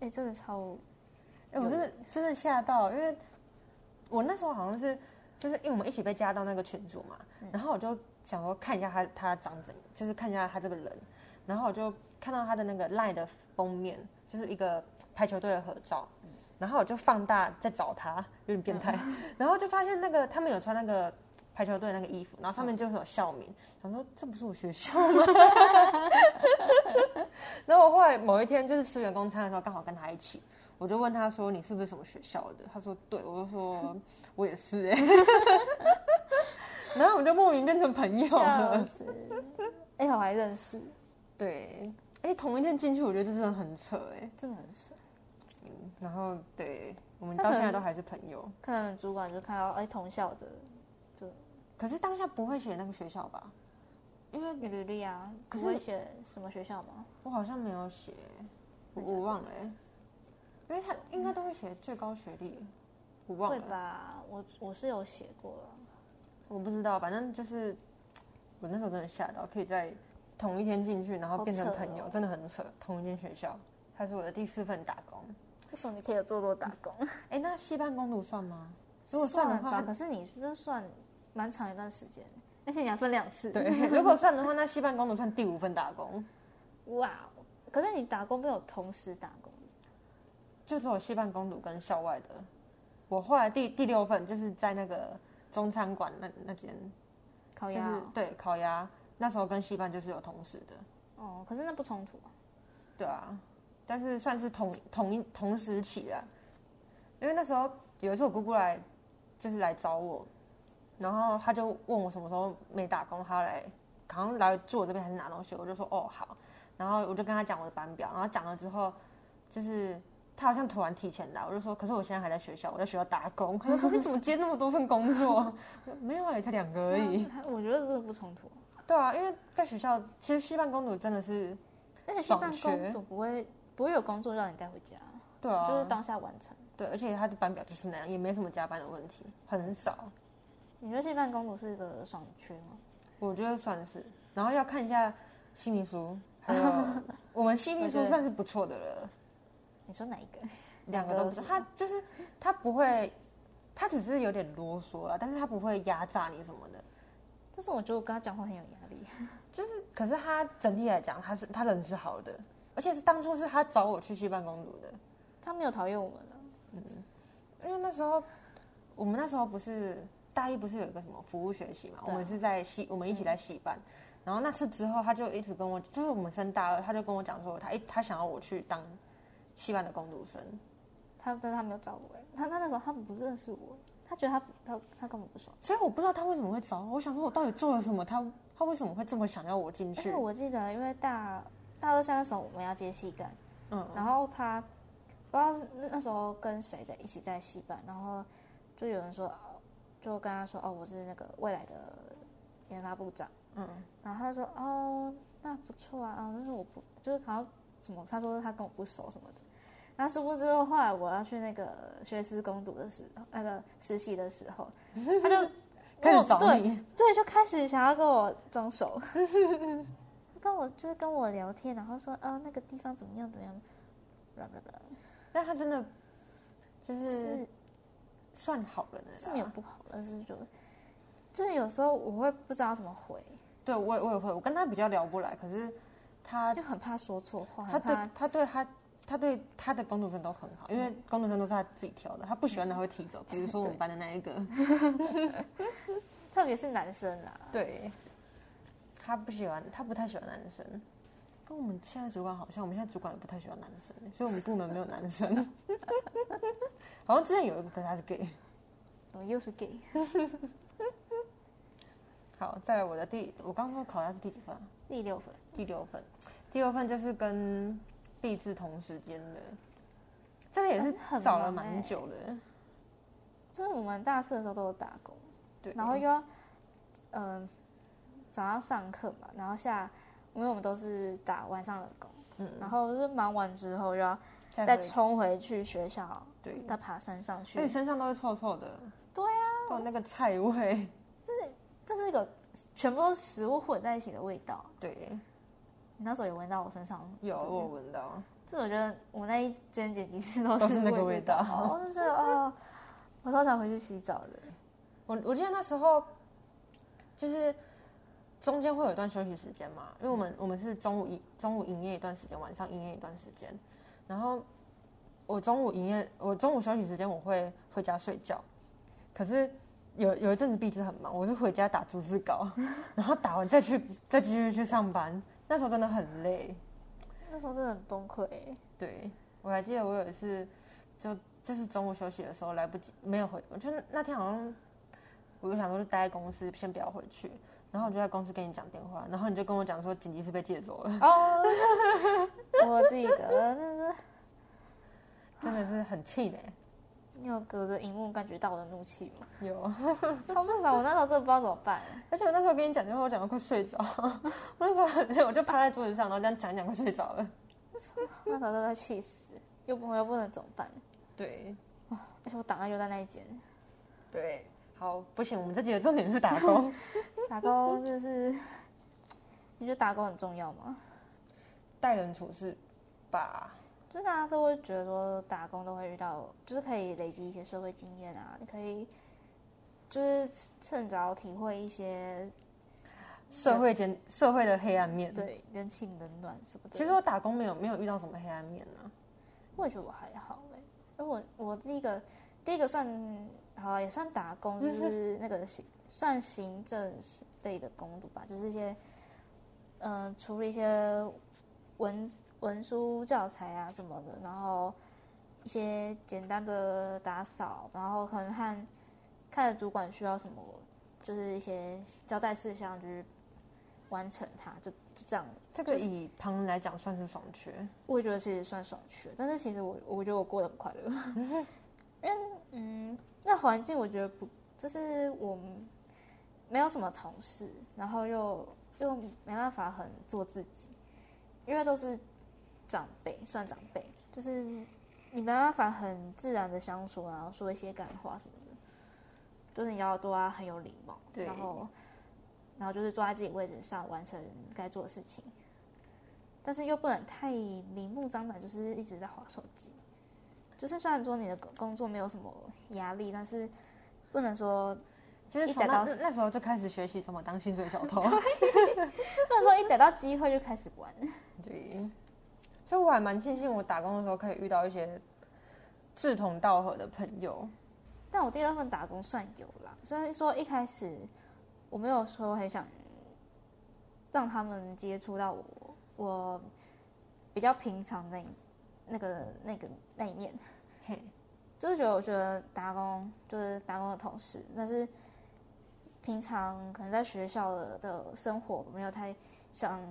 Speaker 2: 哎、真的 超
Speaker 1: 哎，我真的真的吓到，因为我那时候好像是就是因为我们一起被加到那个群组嘛，然后我就想说看一下他他长怎，就是看一下他这个人，然后我就看到他的那个 line 的封面，就是一个排球队的合照。然后我就放大在找他，有点变态。然后就发现那个他们有穿那个排球队那个衣服，然后上面就是有校名，想说这不是我学校吗？然后我后来某一天就是吃员工餐的时候，刚好跟他一起，我就问他说：“你是不是什么学校的？”他说：“对。”我就说：“我也是、欸。”然后我们就莫名变成朋友
Speaker 2: 笑
Speaker 1: 了。
Speaker 2: 死。哎、我还认识，
Speaker 1: 对，哎、同一天进去，我觉得这真的很扯哎、
Speaker 2: 真的很扯。
Speaker 1: 然后对我们
Speaker 2: 他
Speaker 1: 到
Speaker 2: 可
Speaker 1: 现在
Speaker 2: 能
Speaker 1: 都还是朋友，
Speaker 2: 可能主管就看到哎、同校的
Speaker 1: 可是当下不会写那个学校吧？因为
Speaker 2: 履历啊，
Speaker 1: 可
Speaker 2: 不
Speaker 1: 是
Speaker 2: 会写什么学校吗？
Speaker 1: 我好像没有写，我我忘了、欸，因为他应该都会写最高学历，我忘
Speaker 2: 会
Speaker 1: 了，
Speaker 2: 吧？我我是有写过了，
Speaker 1: 我不知道，反正就是我那时候真的吓到，可以在同一天进去，然后变成
Speaker 2: 好扯
Speaker 1: 朋友，
Speaker 2: 哦
Speaker 1: 真的很扯。同一间学校，还是我的第四份打工。
Speaker 2: 为什么你可以有做多打工？
Speaker 1: 哎、那戏班攻读算吗？ 如果算的
Speaker 2: 吧
Speaker 1: 话，
Speaker 2: 可是你这算蛮长一段时间，而且你还分两次。
Speaker 1: 对， 如果算的话，那戏班攻读算第五份打工，
Speaker 2: 哇哦，可是你打工没有同时打工，
Speaker 1: 就是我戏班攻读跟校外的。我后来第第六份就是在那个中餐馆那那间。
Speaker 2: 烤
Speaker 1: 就
Speaker 2: 鸭
Speaker 1: 是
Speaker 2: 哦、
Speaker 1: 对烤鸭，那时候跟戏班就是有同时的，
Speaker 2: 哦，可是那不冲突啊。
Speaker 1: 对啊，但是算是同同一同时起的，因为那时候有一次我姑姑来，就是来找我，然后她就问我什么时候没打工，她要来好像来住我这边还是拿东西，我就说哦好，然后我就跟她讲我的班表，然后讲了之后，就是她好像突然提前来，我就说可是我现在还在学校，我在学校打工，她就说你怎么接那么多份工作？我说没有啊，也才两个而已。
Speaker 2: 那 我觉得这不冲突啊，
Speaker 1: 对啊，因为在学校，其实戏班公主真的是，
Speaker 2: 而且戏
Speaker 1: 爽
Speaker 2: 办
Speaker 1: 学
Speaker 2: 公总不会不会有工作让你带回家，
Speaker 1: 对啊，
Speaker 2: 就是当下完成。
Speaker 1: 对，而且她的班表就是那样，也没什么加班的问题，很少，
Speaker 2: 你觉得戏办公主是一个爽区吗？
Speaker 1: 我觉得算是。然后要看一下新秘书，还 有我们新秘
Speaker 2: 我觉
Speaker 1: 书
Speaker 2: 得
Speaker 1: 算是不错的了，
Speaker 2: 你说哪一个？
Speaker 1: 两个都不错。
Speaker 2: 两
Speaker 1: 她就是她不会，她只是有点啰嗦啦，但是她不会压榨你什么的。
Speaker 2: 但是我觉得我跟他讲话很有压力。
Speaker 1: 就是，可是她整体来讲，她是她人是好的，而且是当初是她找我去戏班公主的。
Speaker 2: 他没有讨厌我们啊，
Speaker 1: 因为那时候我们那时候不是大一不是有一个什么服务学习嘛，我
Speaker 2: 对啊嗯
Speaker 1: 们是在系，我们一起在系办。然后那次之后，他就一直跟我，就是我们升大二，他就跟我讲说，他一他想要我去当系办的工读生。
Speaker 2: 他但是他没有找我、欸，他他那时候他不认识我，他觉得他他他根本不爽。
Speaker 1: 所以我不知道他为什么会找我，我想说我到底做了什么，他他为什么会这么想要我进
Speaker 2: 因
Speaker 1: 去
Speaker 2: 为？我记得，因为大大二下那时候我们要接戏干，
Speaker 1: 嗯，
Speaker 2: 然后他不知道是那那时候跟谁在一起在戏班，然后就有人说，哦就跟他说哦，我是那个未来的研发部长，
Speaker 1: 嗯，
Speaker 2: 哦然后他就说哦，那不错啊，啊，但是我不就是好像什么，他说他跟我不熟什么的。然后殊不知，后来我要去那个学思攻读的时候，那个实习的时候，他就
Speaker 1: 开始
Speaker 2: 跟我
Speaker 1: 找
Speaker 2: 对
Speaker 1: 你，
Speaker 2: 对，就开始想要跟我装熟， 跟我就是跟我聊天，然后说呃那个地方怎么样怎么样，blah blah blah
Speaker 1: 但他真的就是
Speaker 2: 是
Speaker 1: 算好人的啦，
Speaker 2: 是没有不好，但是就就是有时候我会不知道怎么回，
Speaker 1: 对我也我也会，我跟他比较聊不来，可是他
Speaker 2: 就很怕说错话，很
Speaker 1: 他对
Speaker 2: 怕
Speaker 1: 他对他他对他的工读生都很好，因为
Speaker 2: 嗯
Speaker 1: 工读生都是他自己挑的，他不喜欢的他会提走，比如说我们班的那 一个，
Speaker 2: 特别是男生啊啦，
Speaker 1: 对，他不喜欢，他不太喜欢男生，跟我们现在主管好像，我们现在主管也不太喜欢男生，所以我们部门没有男生， 好像之前有一个，可是他是 gay。
Speaker 2: 怎么又是 gay？
Speaker 1: 好，再来我的第，我刚刚说考他是第几分啊？
Speaker 2: 第六分，
Speaker 1: 第六份，第六份就是跟毕志同时间的，这个也
Speaker 2: 嗯很
Speaker 1: 是
Speaker 2: 忙
Speaker 1: 找了
Speaker 2: 欸
Speaker 1: 蛮久的，
Speaker 2: 就是我们大四的时候都有打工，
Speaker 1: 对，
Speaker 2: 然后又要嗯、呃早上上课嘛，然后下因为我们都是打晚上的工，
Speaker 1: 嗯
Speaker 2: 然后就是忙完之后又要
Speaker 1: 再
Speaker 2: 再
Speaker 1: 回
Speaker 2: 冲回去学校，
Speaker 1: 对，哎
Speaker 2: 再爬山上去
Speaker 1: 而且，身上都会臭臭的，
Speaker 2: 对
Speaker 1: 啊，都有那个菜味，
Speaker 2: 这是一个全部都是食物混在一起的味道。
Speaker 1: 对，
Speaker 2: 你那时候有闻到我身上
Speaker 1: 有
Speaker 2: 这个
Speaker 1: 我有闻到，
Speaker 2: 这我觉得我那一间剪辑室都
Speaker 1: 都
Speaker 2: 是
Speaker 1: 是那个味
Speaker 2: 味
Speaker 1: 道
Speaker 2: 我就觉 得哦，我超想回去洗澡的。
Speaker 1: 我我记得那时候就是中间会有一段休息时间嘛，因为我们我们是中午一中午营业一段时间，晚上营业一段时间，然后我中午营业，我中午休息时间我会回家睡觉，可是。有有一阵子壁纸很忙，我是回家打逐字稿， 然后打完再去再继续去上班。那时候真的很累，
Speaker 2: 那时候真的很崩溃欸，
Speaker 1: 对，我还记得我有一次，就就是中午休息的时候来不及，没有回，我就是那天好像，我就想说就待在公司，先不要回去。然后我就在公司跟你讲电话，然后你就跟我讲说紧急是被借走了，
Speaker 2: 哦， 我记得，但是
Speaker 1: 真的是很气馁。
Speaker 2: 你有隔着荧幕感觉到我的怒气吗？
Speaker 1: 有，
Speaker 2: 超不爽，我那时候真的不知道怎么办。
Speaker 1: 而且我那时候跟你讲电话，我讲到快睡着， 我那时候很累，我就趴在桌子上，然后这样讲一讲，快睡着了。
Speaker 2: 那时候都在气死，又不又不能怎么办？
Speaker 1: 对
Speaker 2: 而且我档案又在那一间，
Speaker 1: 对，好，不行，我们这集的重点是打工。
Speaker 2: 打工真的是，你觉得打工很重要吗？
Speaker 1: 待人处事吧，
Speaker 2: 就是大家都会觉得说打工都会遇到，就是可以累积一些社会经验啊，你可以就是趁早体会一些
Speaker 1: 社会间社会的黑暗面。，
Speaker 2: 对人情冷暖什么的。
Speaker 1: 嗯其实我打工没有没有遇到什么黑暗面啊。
Speaker 2: 我也觉得我还好哎、因为我我第一个第一个算好了，也算打工，就是那个行算行政类的工作吧，就是一些嗯、呃处理一些文文书教材啊什么的，然后一些简单的打扫，然后可能看看主管需要什么，就是一些交代事项去完成它，就就这样。
Speaker 1: 这个以旁人来讲算是爽缺，
Speaker 2: 我也觉得其实算爽去，但是其实我我觉得我过得很快乐，因为嗯，那环境我觉得不就是我没有什么同事，然后又又没办法很做自己，因为都是长辈，算长辈，就是你没办法很自然的相处，然后说一些感话什么的，就是你要对他很有礼貌，
Speaker 1: 对
Speaker 2: 然后然后就是坐在自己位置上完成该做的事情。但是又不能太明目张胆，就是一直在划手机。就是虽然说你的工工作没有什么压力，但是不能说
Speaker 1: 就是
Speaker 2: 一
Speaker 1: 从那
Speaker 2: 逮
Speaker 1: 那那时候就开始学习怎么当薪水小 偷。
Speaker 2: 不能说一逮到机会就开始玩。
Speaker 1: 对，所以我还蛮庆幸我打工的时候可以遇到一些志同道合的朋友。
Speaker 2: 但我第二份打工算有啦，虽然说一开始我没有说很想让他们接触到我，我比较平常那一那个那个那一面，
Speaker 1: 嘿，
Speaker 2: 就是觉得我觉得打工就是打工的同事，但是平常可能在学校的的生活没有太想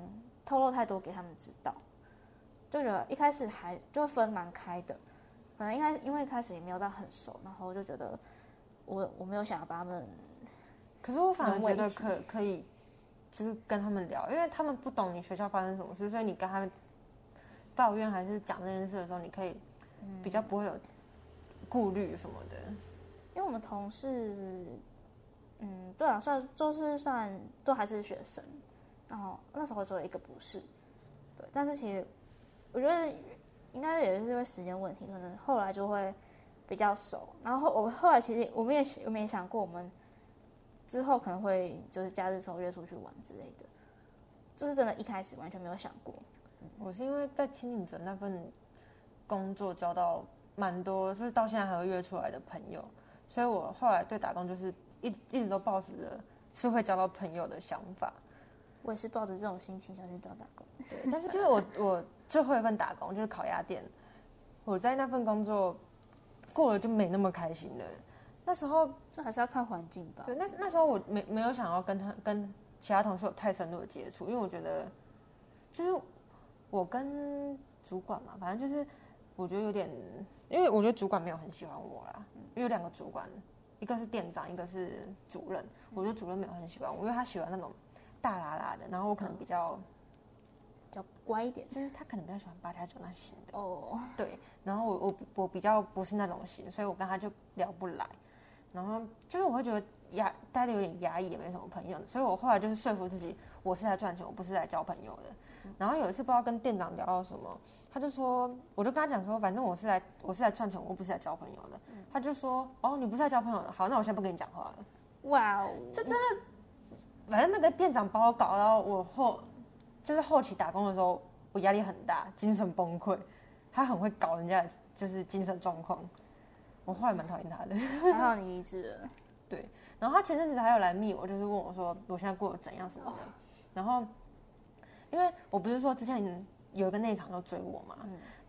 Speaker 2: 透露太多给他们知道，就觉得一开始还就分蛮开的，可能一开因为一开始也没有到很熟，然后就觉得我我没有想要把他们
Speaker 1: 可是我反而
Speaker 2: 融为
Speaker 1: 觉
Speaker 2: 一
Speaker 1: 得
Speaker 2: 体
Speaker 1: 可可以，就是跟他们聊，因为他们不懂你学校发生什么事，所以你跟他们抱怨还是讲这件事的时候，你可以
Speaker 2: 嗯
Speaker 1: 比较不会有顾虑什么的。
Speaker 2: 因为我们同事，嗯，对啊，算就是算都还是学生，然后那时候只有一个不是，对，但是其实我觉得应该也是因为时间问题，可能后来就会比较熟。然后我后来其实我们也我们也想过，我们之后可能会就是假日时候约出去玩之类的，就是真的一开始完全没有想过。
Speaker 1: 我是因为在青岭泽那份工作交到蛮多，就是到现在还会约出来的朋友，所以我后来对打工就是一一直都抱持着是会交到朋友的想法。
Speaker 2: 我也是抱着这种心情想去找打工，
Speaker 1: 对，但是就是我我最后一份打工就是烤鸭店，我在那份工作过了就没那么开心了。那时候
Speaker 2: 这还是要看环境吧。
Speaker 1: 对，那那时候我没没有想要跟他跟其他同事有太深入的接触，因为我觉得，就是我跟主管嘛，反正就是我觉得有点，因为我觉得主管没有很喜欢我啦，因为有两个主管，一个是店长，一个是主任，我觉得主任没有很喜欢我，因为他喜欢那种大拉拉的，然后我可能比较，
Speaker 2: 比较乖一点
Speaker 1: 就是他可能比较喜欢八加九那型的。
Speaker 2: 哦。
Speaker 1: 对，然后我我我比较不是那种型，所以我跟他就聊不来，然后就是我会觉得压待的有点压抑，也没什么朋友，所以我后来就是说服自己，我是来赚钱，我不是来交朋友的。然后有一次不知道跟店长聊到什么，他就说，我就跟他讲说，反正我是来我是来赚钱，我又不是来交朋友的。他就说，哦，你不是来交朋友的，好，那我现在不跟你讲话了。
Speaker 2: 哇哦，
Speaker 1: 这真的，反正那个店长把我搞到我后，就是后期打工的时候，我压力很大，精神崩溃。他很会搞人家的就是精神状况，我后来蛮讨厌他的。
Speaker 2: 还好你离职了，
Speaker 1: 然后他前阵子还有来密我，就是问我说我现在过得怎样什 么的。然后，因为我不是说之前有一个内场要追我嘛，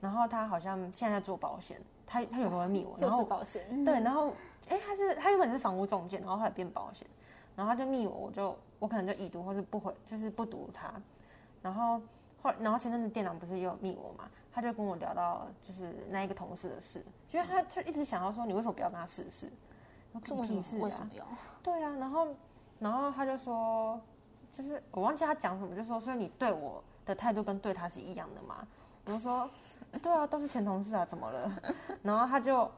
Speaker 1: 然后他好像现在在做保险，他他有时候会密我，
Speaker 2: 又
Speaker 1: 然后
Speaker 2: 是保险。
Speaker 1: 对，然后哎，他是他原本是房屋中介，然后后来变保险，然后他就密我，我就我可能就已读或是不回，就是不读他。然后后来然后前阵子店长不是也有密我嘛，他就跟我聊到就是那一个同事的事，因为他就一直想要说你为什么不要跟他试试？我
Speaker 2: 这
Speaker 1: 说
Speaker 2: 为
Speaker 1: 干
Speaker 2: 什
Speaker 1: 屁
Speaker 2: 么
Speaker 1: 事
Speaker 2: 为
Speaker 1: 啊
Speaker 2: 什么要？
Speaker 1: 对啊，然后然后他就说，就是我忘记他讲什么，就说所以你对我的态度跟对他是一样的嘛？我就说，对啊，都是前同事啊，怎么了？然后他就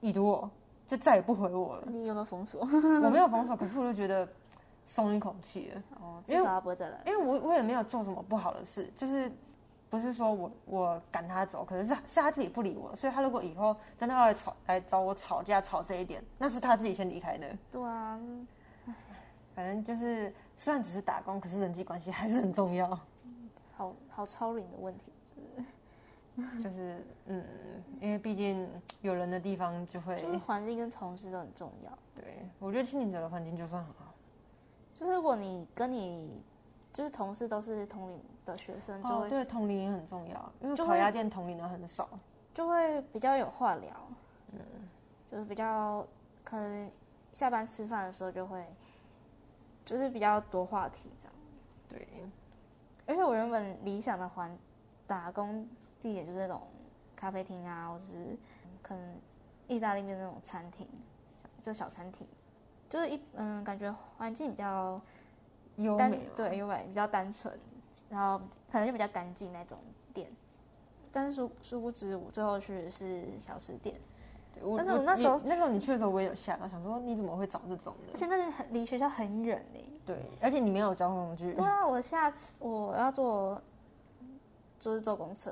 Speaker 1: 已读我，就再也不回 我了。
Speaker 2: 你有没有封锁？
Speaker 1: 我没有防守，可是我就觉得松一口气了，
Speaker 2: 哦，至
Speaker 1: 因为
Speaker 2: 少他不会再来。
Speaker 1: 因为我我也没有做什么不好的事，就是不是说我我赶他走，可是是是他自己不理我，所以他如果以后真的要来吵来找我吵架吵这一点，那是他自己先离开的。
Speaker 2: 对啊，
Speaker 1: 反正就是，虽然只是打工，可是人际关系还是很重要。
Speaker 2: 好好超龄的问题。
Speaker 1: 就是，嗯， 因为毕竟有人的地方就会，
Speaker 2: 就是环境跟同事都很重要。
Speaker 1: 对我觉得青年者的环境就算很好，
Speaker 2: 就是如果你跟你就是同事都是同龄的学生，就
Speaker 1: 哦，
Speaker 2: 会、
Speaker 1: 对，同龄也很重要，因为
Speaker 2: 就
Speaker 1: 烤鸭
Speaker 2: 会
Speaker 1: 店同龄的很少。
Speaker 2: 就会比较有话聊，嗯，就是比较可能下班吃饭的时候就会就是比较多话题这样。
Speaker 1: 对，
Speaker 2: 而且我原本理想的环打工地点就是那种咖啡厅啊，或是可能意大利面那种餐厅，就小餐厅，就是一嗯，感觉环境比较
Speaker 1: 优
Speaker 2: 单
Speaker 1: 美啊嘛，
Speaker 2: 对优美比较单纯，然后可能就比较干净那种店。但是殊殊不知，我最后去的是小吃店，
Speaker 1: 对，我
Speaker 2: 但是我
Speaker 1: 我
Speaker 2: 那时候
Speaker 1: 你那时候你去的时候，我也有吓到，想说你怎么会找这种
Speaker 2: 而
Speaker 1: 的？
Speaker 2: 且那里很离学校很远呢、
Speaker 1: 对，而且你没有交通工具
Speaker 2: 对，啊，我下次我要坐，就是坐公车，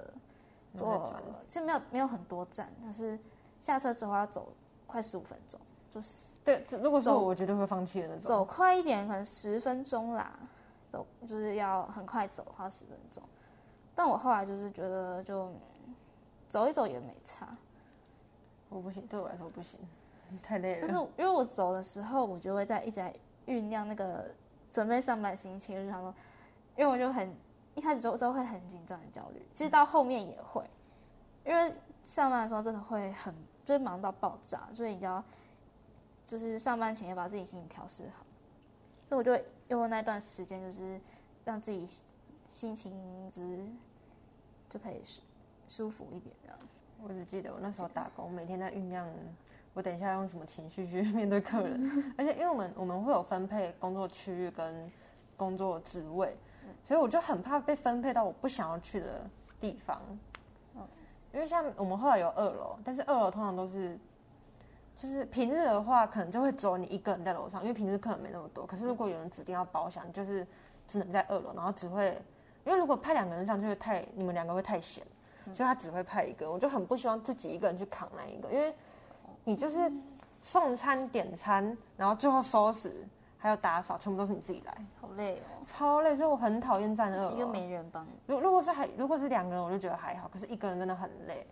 Speaker 1: 然后再
Speaker 2: 坐
Speaker 1: 转
Speaker 2: 就没有没有很多站，但是下车之后要走快十五分钟，就是
Speaker 1: 对，这如果是
Speaker 2: 走
Speaker 1: 我，我绝对会放弃的那种。
Speaker 2: 走快一点，可能十分钟啦，走就是要很快走，花十分钟。但我后来就是觉得就嗯走一走也没差，
Speaker 1: 我不行，对我来说不行， 太累
Speaker 2: 但
Speaker 1: 了。
Speaker 2: 是因为我走的时候，我就会在一直在酝酿那个准备上班的心情，我就想说，因为我就很一开始都都会很紧张、很焦虑，其实到后面也会，因为上班的时候真的会很就是忙到爆炸，所以你就要就是上班前要把自己心情调试好，所以我就会用那段时间就是让自己心情就是就可以舒舒服一点这样。
Speaker 1: 我只记得我那时候打工，每天在酝酿我等一下用什么情绪去面对客人，而且因为我们我们会有分配工作区域跟工作职位，所以我就很怕被分配到我不想要去的地方，因为像我们后来有二楼，但是二楼通常都是，就是平日的话，可能就会只有你一个人在楼上，因为平日客人没那么多。可是如果有人指定要包厢，就是只能在二楼，然后只会，因为如果派两个人上去会太，你们两个会太闲，所以他只会派一个。我就很不希望自己一个人去扛那一个，因为你就是送餐、点餐，然后最后收拾还有打扫，全部都是你自己来，
Speaker 2: 好累哦，
Speaker 1: 超累。所以我很讨厌站二
Speaker 2: 又
Speaker 1: 楼。
Speaker 2: 没人帮你，
Speaker 1: 如如果是还如果是两个人，我就觉得还好，可是一个人真的很累。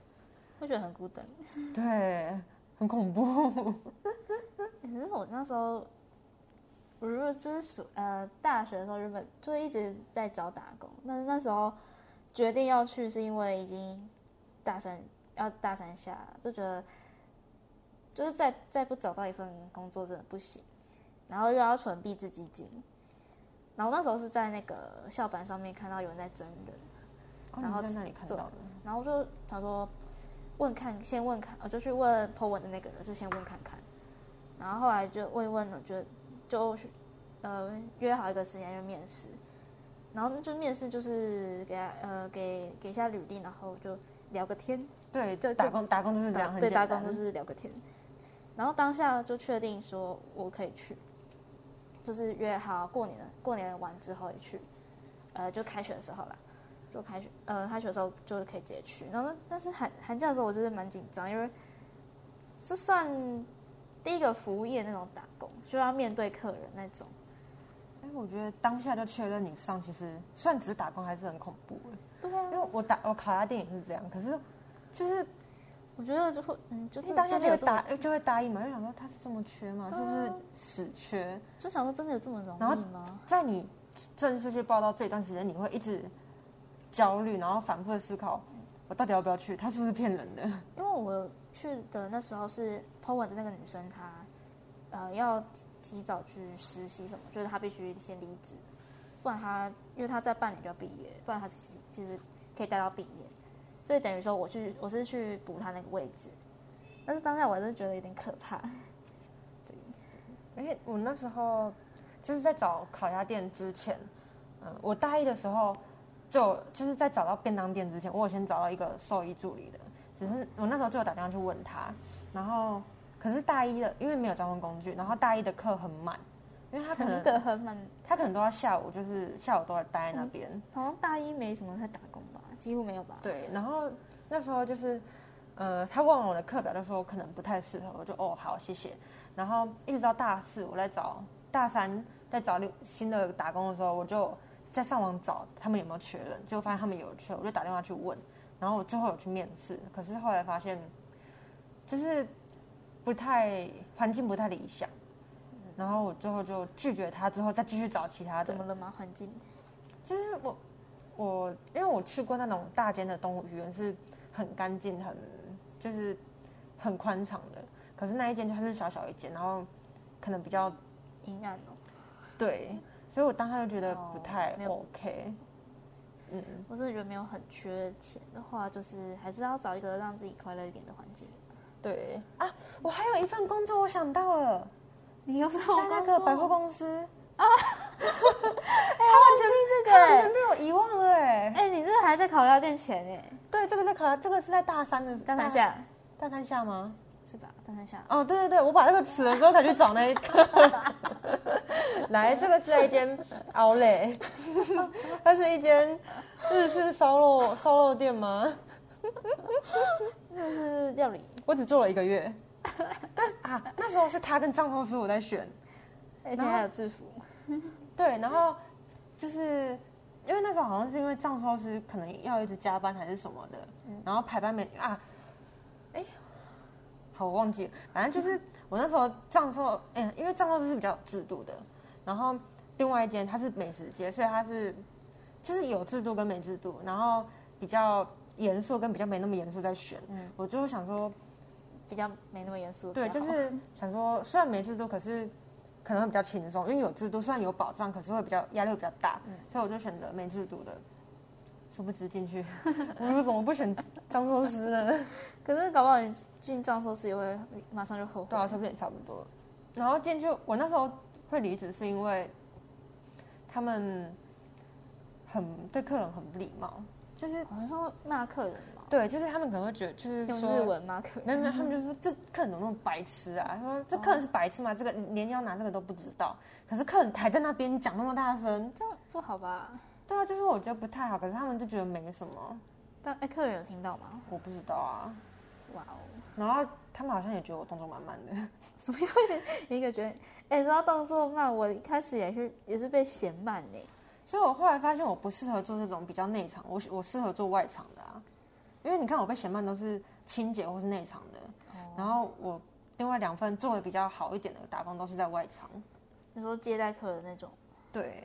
Speaker 2: 会觉得很孤单。
Speaker 1: 对，很恐怖。
Speaker 2: 欸可是我那时候，我如果就是暑呃大学的时候，日本就是一直在找打工。那那时候决定要去，是因为已经大三要大三下了，就觉得就是再再不找到一份工作真的不行，然后又要存币制基金。然后那时候是在那个校板上面看到有人在征人，
Speaker 1: 哦
Speaker 2: 然后
Speaker 1: 你在那里看到的，
Speaker 2: 然后我就想说问看，先问看，哦我就去问 po 文的那个人，就先问看看。然后后来就问一问了，就就去呃约好一个时间就面试。然后就面试就是给他呃给给一下履历，然后就聊个天，
Speaker 1: 对，
Speaker 2: 就
Speaker 1: 就打工打工就是这样，很
Speaker 2: 对，
Speaker 1: 简
Speaker 2: 打
Speaker 1: 单
Speaker 2: 工就是聊个天。然后当下就确定说我可以去，就是约好过年过年完之后也去，呃，就开学的时候啦，就开学呃开学的时候就是可以直接去。然后那但是寒寒假的时候我真的蛮紧张，因为这算第一个服务业那种打工，就要面对客人那种。
Speaker 1: 哎，我觉得当下就确认你上，其实虽然只是打工，还是很恐怖。
Speaker 2: 对啊
Speaker 1: 因，为我打我卡拉店也是这样，可是就是
Speaker 2: 我觉得就会嗯，就
Speaker 1: 因为
Speaker 2: 真
Speaker 1: 当
Speaker 2: 的
Speaker 1: 下
Speaker 2: 真的
Speaker 1: 就会
Speaker 2: 有这
Speaker 1: 答
Speaker 2: 么，
Speaker 1: 就会答应嘛，就想说他是这么缺吗？是
Speaker 2: 对啊
Speaker 1: 不是死缺？
Speaker 2: 就想说真的有这么容
Speaker 1: 然后
Speaker 2: 易吗？
Speaker 1: 在你正式去报道这段时间，你会一直焦虑，然后反复的思考，我到底要不要去？他是不是骗 人的？
Speaker 2: 因为我去的那时候是 Po 文的那个女生，她呃要提早去实习什么，就是她必须先离职，不然她因为她在半年就要毕业，不然她其实其实可以待到毕业，所以等于说我去我是去补她那个位置，但是当下我还是觉得有点可怕，
Speaker 1: 而且我那时候就是在找烤鸭店之前，嗯，我大一的时候就就是在找到便当店之前，我有先找到一个兽医助理的，只是我那时候就有打电话去问他，然后可是大一的因为没有交通工具，然后大一的课很满，因为他可
Speaker 2: 真
Speaker 1: 能
Speaker 2: 的很满，
Speaker 1: 他可能都要下午就是下午都在待在那边，
Speaker 2: 好像大一没什么在打工吧，几乎没有吧，
Speaker 1: 对，然后那时候就是，呃，他问完我的课表，就说可能不太适合，我就哦好谢谢。然后一直到大四，我在找大三在找另新的打工的时候，我就在上网找他们有没有缺人，结果发现他们有缺，我就打电话去问，然后我最后有去面试，可是后来发现就是不太环境不太理想。然后我最后就拒绝他，之后再继续找其他的
Speaker 2: 怎。么了吗？环境
Speaker 1: 就是我我因为我去过那种大间的动物园，是很干净、很就是很宽敞的。可是那一间它是小小一间，然后可能比较
Speaker 2: 阴暗哦。
Speaker 1: 对，所以我当时就觉得
Speaker 2: 哦
Speaker 1: 不太
Speaker 2: 没有
Speaker 1: OK。嗯，
Speaker 2: 我真的觉得没有很缺钱的话，就是还是要找一个让自己快乐一点的环境。
Speaker 1: 对啊，我还有一份工作，我想 到了，
Speaker 2: 你有什么
Speaker 1: 在那个百货
Speaker 2: 公
Speaker 1: 公司，
Speaker 2: 司？哎、我
Speaker 1: 他
Speaker 2: 忘
Speaker 1: 完
Speaker 2: 记这
Speaker 1: 全
Speaker 2: 个
Speaker 1: 被我遗忘了哎、
Speaker 2: 哎、哎你这个还在烤鸭店前哎、
Speaker 1: 对，这个在考，这个是在大三的
Speaker 2: 大三，下
Speaker 1: 大三下吗？
Speaker 2: 是吧？大三下，
Speaker 1: 哦，对对对，我把这个辞了之后才去找那一个。 来，这个是在一间 Outlet，它是一间日式烧肉烧肉店吗？
Speaker 2: 这是料理。
Speaker 1: 我只做了一个月。 但啊，那时候是他跟藏寿司我在选，
Speaker 2: 而且
Speaker 1: 然后
Speaker 2: 还有制服，
Speaker 1: 对，然后就是因为那时候好像是因为藏寿司可能要一直加班还是什么的，然后排班没啊，哎，好，我忘记了，反正就是我那时候藏寿，哎、因为藏寿司是比较有制度的，然后另外一间它是美食街，所以它是就是有制度跟没制度，然后比较严肃跟比较没那么严肃在选，
Speaker 2: 嗯
Speaker 1: 我就想说。
Speaker 2: 比较没那么严肃。
Speaker 1: 对，
Speaker 2: 比较
Speaker 1: 就
Speaker 2: 好
Speaker 1: 是想说，虽然没制度，可是可能会比较轻松，因为有制度，虽然有保障，可是会比较压力会比较大，
Speaker 2: 嗯
Speaker 1: 所以我就选择没制度的。殊不知进去， 我又怎么不选张寿司呢？
Speaker 2: 可是搞不好你进藏寿司也会马上就后悔。
Speaker 1: 对啊，差不多也差不多。然后进去，我那时候会离职是因为他们很对客人很不礼貌，就是
Speaker 2: 好像说骂客人嘛，
Speaker 1: 对，就是他们可能会觉得，就是
Speaker 2: 用
Speaker 1: 说
Speaker 2: 日文骂客人，
Speaker 1: 没有没有，他们就说这客人怎么那么白痴啊？说这客人是白痴吗？这个连要拿这个都不知道，可是客人还在那边讲那么大声，
Speaker 2: 这样不好吧？
Speaker 1: 对啊，就是我觉得不太好，可是他们就觉得没什么，
Speaker 2: 但哎、客人有听到吗？
Speaker 1: 我不知道啊。
Speaker 2: 哇哦，
Speaker 1: 然后他们好像也觉得我动作蛮慢的，
Speaker 2: 怎么会是一个觉得？哎、说到动作慢，我一开始也是也是被嫌慢呢、
Speaker 1: 所以我后来发现我不适合做这种比较内场，我我适合做外场的啊，因为你看我被嫌慢都是清洁或是内场的，然后我另外两份做的比较好一点的打工都是在外场。
Speaker 2: 你说接待客人那种，
Speaker 1: 对，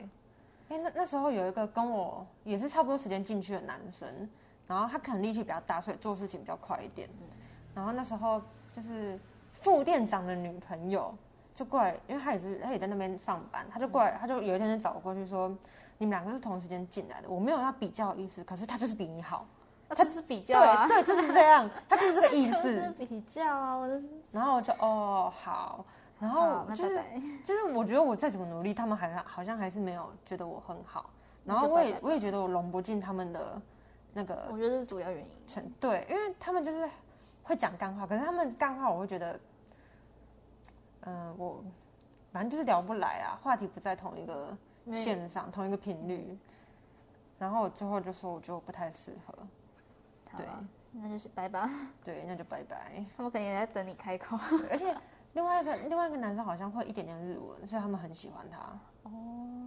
Speaker 1: 哎、那那时候有一个跟我也是差不多时间进去的男生，然后他可能力气比较大，所以做事情比较快一点。
Speaker 2: 嗯
Speaker 1: 然后那时候就是副店长的女朋友就过来，因为他也是他也在那边上班，他就过来，他就有一天就找我过去说。你们两个是同时间进来的，我没有要比较的意思，可是他就是比你好，
Speaker 2: 那、就是比较啊，
Speaker 1: 对对，就是这样，他就是这个 意
Speaker 2: 就是
Speaker 1: 思。
Speaker 2: 比较啊，我的
Speaker 1: 然后我就哦好，然后
Speaker 2: 好那
Speaker 1: 就
Speaker 2: 拜
Speaker 1: 是
Speaker 2: 拜。
Speaker 1: 就是我觉得我再怎么努力，他们还好像还是没有觉得我很好。
Speaker 2: 那
Speaker 1: 然
Speaker 2: 就
Speaker 1: 后我
Speaker 2: 拜
Speaker 1: 也
Speaker 2: 拜
Speaker 1: 我也觉得我融不进他们的那个
Speaker 2: 我觉得这是主要原因。
Speaker 1: 成对，因为他们就是会讲干话，可是他们干话我会觉得，嗯、我反正就是聊不来啊，话题不在同一个
Speaker 2: 因为
Speaker 1: 线上，同一个频率。然后我最后就说，我觉得我不太适合，
Speaker 2: 好
Speaker 1: 对
Speaker 2: 啊，那就是拜 拜。
Speaker 1: 对，那就拜拜。
Speaker 2: 他们肯定也在等你开口。
Speaker 1: 对而且另外一个另外一个男生好像会一点点日文，所以他们很喜欢他。
Speaker 2: 哦，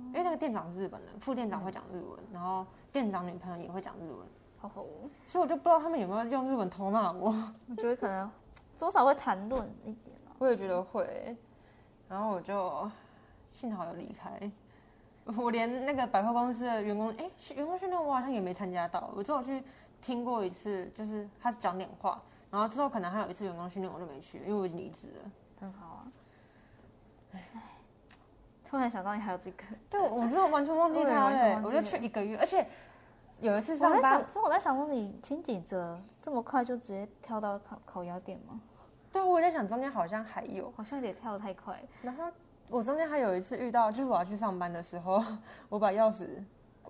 Speaker 1: 因为那个店长是日本人，副店长会讲日文，然后店长女朋友也会讲日文，
Speaker 2: 好好哦，
Speaker 1: 所以我就不知道他们有没有用日文偷骂我。
Speaker 2: 我觉得可能多少会谈论一点啊。
Speaker 1: 我也觉得会，然后我就幸好有离开。我连那个百货公司的员工，哎，是员工训练我好像也没参加到，我只有去听过一次，就是他讲点话，然后之后可能还有一次员工训练我就没去，因为我已经离职了。
Speaker 2: 很好啊。唉，突然想到你还有这个，
Speaker 1: 对，我真的完全忘记
Speaker 2: 对
Speaker 1: 他
Speaker 2: 完全
Speaker 1: 了，欸
Speaker 2: 忘
Speaker 1: 我
Speaker 2: 记
Speaker 1: 就
Speaker 2: 了
Speaker 1: 去一个月，而且有一次
Speaker 2: 我
Speaker 1: 上
Speaker 2: 在
Speaker 1: 班，
Speaker 2: 想，这我在想说，你金井泽这么快就直接跳到烤烤窑店吗？
Speaker 1: 对，我也在想中间好像还有。
Speaker 2: 好像有点跳得太快。
Speaker 1: 然后我中间还有一次遇到，就是我要去上班的时候， 我把钥匙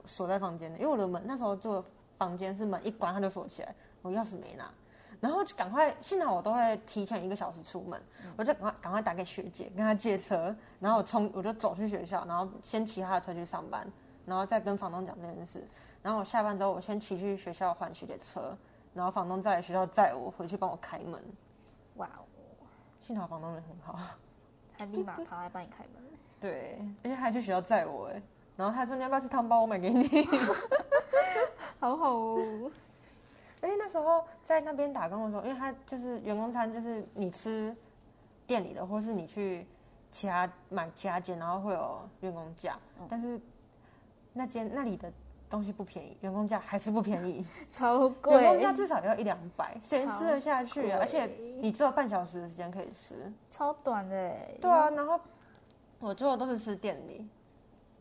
Speaker 1: 锁在房间里，因为我的门那时候住的房间是门一关它就锁起来，我钥匙没拿，然后就赶快，幸好我都会提前一个小时出门，我就赶快赶快打给学姐跟她借车，然后我冲我就走去学校，然后先骑她的车去上班，然后再跟房东讲这件事，然后我下班之后我先骑去学校还学姐车，然后房东再来学校载我回去帮我开门，
Speaker 2: 哇哦，
Speaker 1: 幸好房东人很好。
Speaker 2: 他立马跑来帮你开门。
Speaker 1: 对，而且还去学校载我哎，然后他说你要不要吃汤包，我买给你。
Speaker 2: 好好哦，
Speaker 1: 而哎且那时候在那边打工的时候，因为他就是员工餐，就是你吃店里的，或是你去其他买其他间，然后会有员工价，
Speaker 2: 嗯
Speaker 1: 但是那间那里的东西不 便宜，员工价还是不便宜，
Speaker 2: 超
Speaker 1: 员工
Speaker 2: 贵
Speaker 1: 价，至少要一两百，谁吃得下去啊？
Speaker 2: 贵
Speaker 1: 而且你只有半小时的时间可以吃，
Speaker 2: 超短的欸。
Speaker 1: 对啊，然后我最后都是吃店里，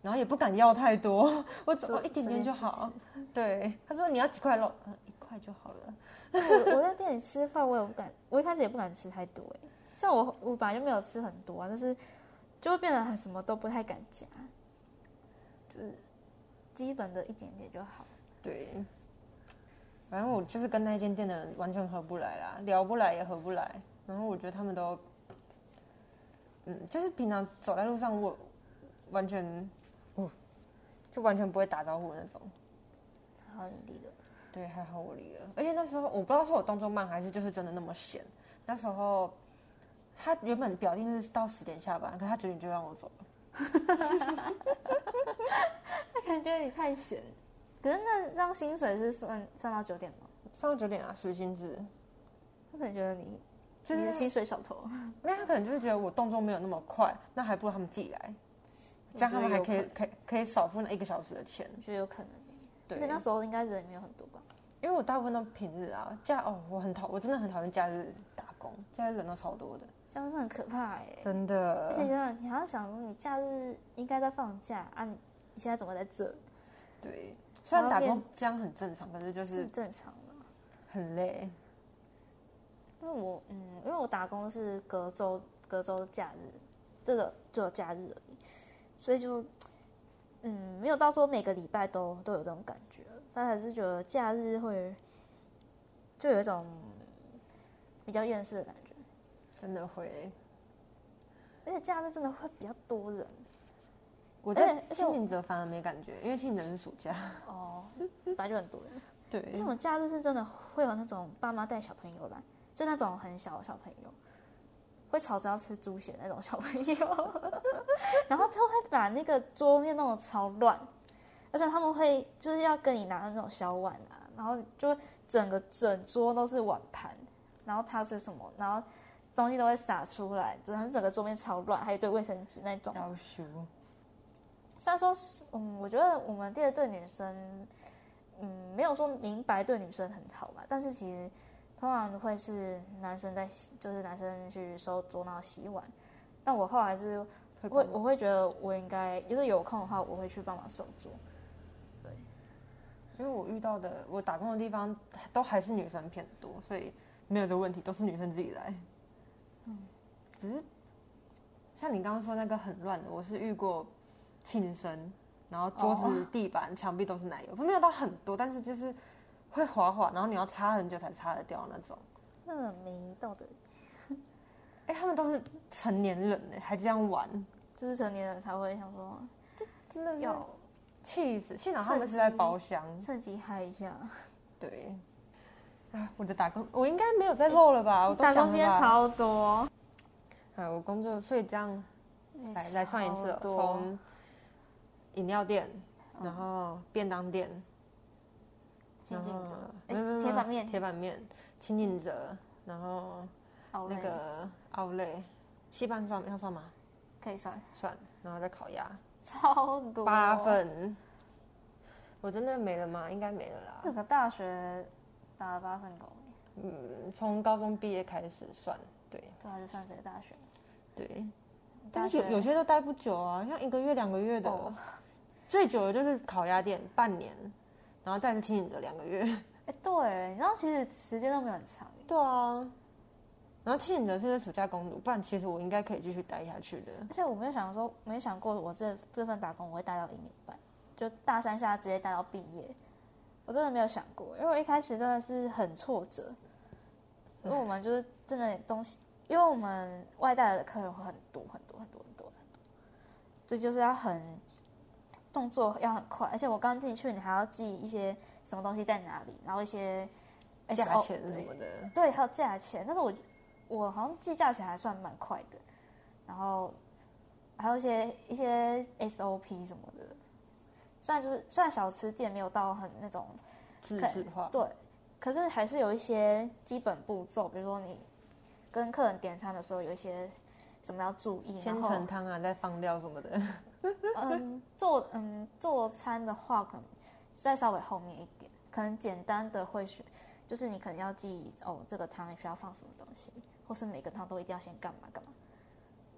Speaker 1: 然后也不敢要太多， 我只
Speaker 2: 就，
Speaker 1: 我哦一点点就好。对，他说你要几块肉，呃，一块就好了。
Speaker 2: 我我在店里吃饭，我也不敢，我一开始也不敢吃太多哎、像我我本来就没有吃很多啊，但是就会变得很什么都不太敢夹，就是基本的一点点就好。
Speaker 1: 对，反正我就是跟那间店的人完全合不来啦，聊不来也合不来。然后我觉得他们都，嗯，就是平常走在路上，我完全，哦，就完全不会打招呼的那种。
Speaker 2: 好，你理了。
Speaker 1: 对，还好我离了。而且那时候我不知道是我动作慢，还是就是真的那么闲。那时候他原本表定是到十点下班，可是他九点就让我走了。
Speaker 2: 那感觉你太闲，可是那让薪水是算算到九点吗？
Speaker 1: 上到九点啊，实薪制。
Speaker 2: 他可能觉得你
Speaker 1: 就是
Speaker 2: 你是薪水小偷，啊
Speaker 1: 没有，他可能就是觉得我动作没有那么快，那还不如他们自己来，这样他们还可以可以可以少付那一个小时的钱。
Speaker 2: 我觉得有可能欸、而
Speaker 1: 对
Speaker 2: 且，那时候应该人也没有很多吧？
Speaker 1: 因为我大部分都平日啊，假哦，我很讨，我真的很讨厌假日打工，假日人都超多的，
Speaker 2: 这样是很可怕哎、
Speaker 1: 真
Speaker 2: 而且想
Speaker 1: 的。
Speaker 2: 想，你好像想说，你假日应该在放假啊，你你现在怎么在这？
Speaker 1: 对，虽然打
Speaker 2: 然后
Speaker 1: 工这样很正常，可是就是是
Speaker 2: 正常的。
Speaker 1: 很累。
Speaker 2: 但是我嗯，因为我打工是隔周隔周的假日，这个只有假日而已，所以就嗯，没有到说每个礼拜都都有这种感觉。但还是觉得假日会就有一种比较厌世的感觉，
Speaker 1: 真的会。
Speaker 2: 而且假日真的会比较多人
Speaker 1: 我
Speaker 2: 而且
Speaker 1: 在
Speaker 2: 而且
Speaker 1: 清
Speaker 2: 我
Speaker 1: 明泽反而没感觉，因为清明泽是暑假。
Speaker 2: 哦，本来就很多人。
Speaker 1: 对，
Speaker 2: 而且我假日是真的会有那种爸妈带小朋友来，就那种很小的小朋友，会吵着要吃猪血那种小朋友， 然后就会把那个桌面弄得超乱，而且他们会就是要跟你拿那种小碗啊，然后就整个整桌都是碗盘，然后汤是什么，然后东西都会洒出来，就是整个桌面超乱，还有一堆卫生纸那种。
Speaker 1: 要修，
Speaker 2: 虽然说是，嗯，我觉得我们店对女生，嗯，没有说明白对女生很好吧，但是其实通常会是男生在洗，就是男生去收桌然后洗碗。但我后来是
Speaker 1: 会
Speaker 2: 会
Speaker 1: 帮，
Speaker 2: 我会觉得我应该，就是有空的话，我会去帮忙收桌。
Speaker 1: 因为我遇到的我打工的地方都还是女生偏多，所以没有这个问题，都是女生自己来。嗯，只是像你刚刚说那个很乱的，我是遇过庆生，然后桌子、
Speaker 2: 哦
Speaker 1: 地板、墙壁都是奶油，没有到很多，但是就是会滑滑，然后你要擦很久才擦得掉那种。
Speaker 2: 那个没道德，
Speaker 1: 哎、他们都是成年人呢，还这样玩，
Speaker 2: 就是成年人才会想说
Speaker 1: 真的要
Speaker 2: 要
Speaker 1: 气死！幸好他
Speaker 2: 趁
Speaker 1: 们是在
Speaker 2: 机
Speaker 1: 包厢，
Speaker 2: 趁机嗨一下。
Speaker 1: 对。哎，我的打工，我应该没有在漏了吧？哦我都
Speaker 2: 打工
Speaker 1: 讲了
Speaker 2: 今天
Speaker 1: 吧
Speaker 2: 超多，哎
Speaker 1: 哎，我工作，所以这样来来算一次哦，
Speaker 2: 超多嗯
Speaker 1: 从饮料店，然后便当店，
Speaker 2: 先进者
Speaker 1: 然后，
Speaker 2: 哎
Speaker 1: 没有没有没有
Speaker 2: 铁板面，
Speaker 1: 铁板面，清景泽，然后
Speaker 2: 好
Speaker 1: 那
Speaker 2: 累
Speaker 1: 个奥莱，西半算要算吗？
Speaker 2: 可以算
Speaker 1: 算，然后再烤鸭，
Speaker 2: 超多
Speaker 1: 八份。我真的没了吗？应该没了啦。
Speaker 2: 整个大学打了八份工，
Speaker 1: 嗯，从高中毕业开始算，对
Speaker 2: 对啊，就上整个大学。
Speaker 1: 对。但是
Speaker 2: 大
Speaker 1: 有
Speaker 2: 学
Speaker 1: 有些都待不久啊，像一个月、两个月的，
Speaker 2: 哦
Speaker 1: 最久的就是烤鸭店半年，然后再是清醒者两个月。
Speaker 2: 哎、对，你知道其实时间都没有很长，
Speaker 1: 对啊， 然后清醒者是因为暑假公主，不然其实我应该可以继续待下去的。
Speaker 2: 而且我没有想说，没想过我这这份打工我会待到一年半，就大三下直接待到毕业，我真的没有想过，因为我一开始真的是很挫折，因为我们就是真的东西，因为我们外带的客人会很多很多很多很多很多，所以就是要很动作要很快，而且我刚进去，你还要记一些什么东西在哪里，然后一些
Speaker 1: 价
Speaker 2: SO
Speaker 1: 钱什么的，
Speaker 2: 哎哦对，还有价钱，但是我我好像记价钱还算蛮快的，然后还有一些一些 SOP 什么的，虽然就是虽然小吃店没有到很那种，
Speaker 1: 知
Speaker 2: 可
Speaker 1: 识化。
Speaker 2: 对，可是还是有一些基本步骤，比如说你跟客人点餐的时候有一些什么要注意，然
Speaker 1: 先
Speaker 2: 后
Speaker 1: 盛汤啊，再放料什么的。
Speaker 2: 嗯，做嗯做餐的话，可能再稍微后面一点，可能简单的会选，就是你可能要记哦，这个汤需要放什么东西，或是每个汤都一定要先干嘛干嘛，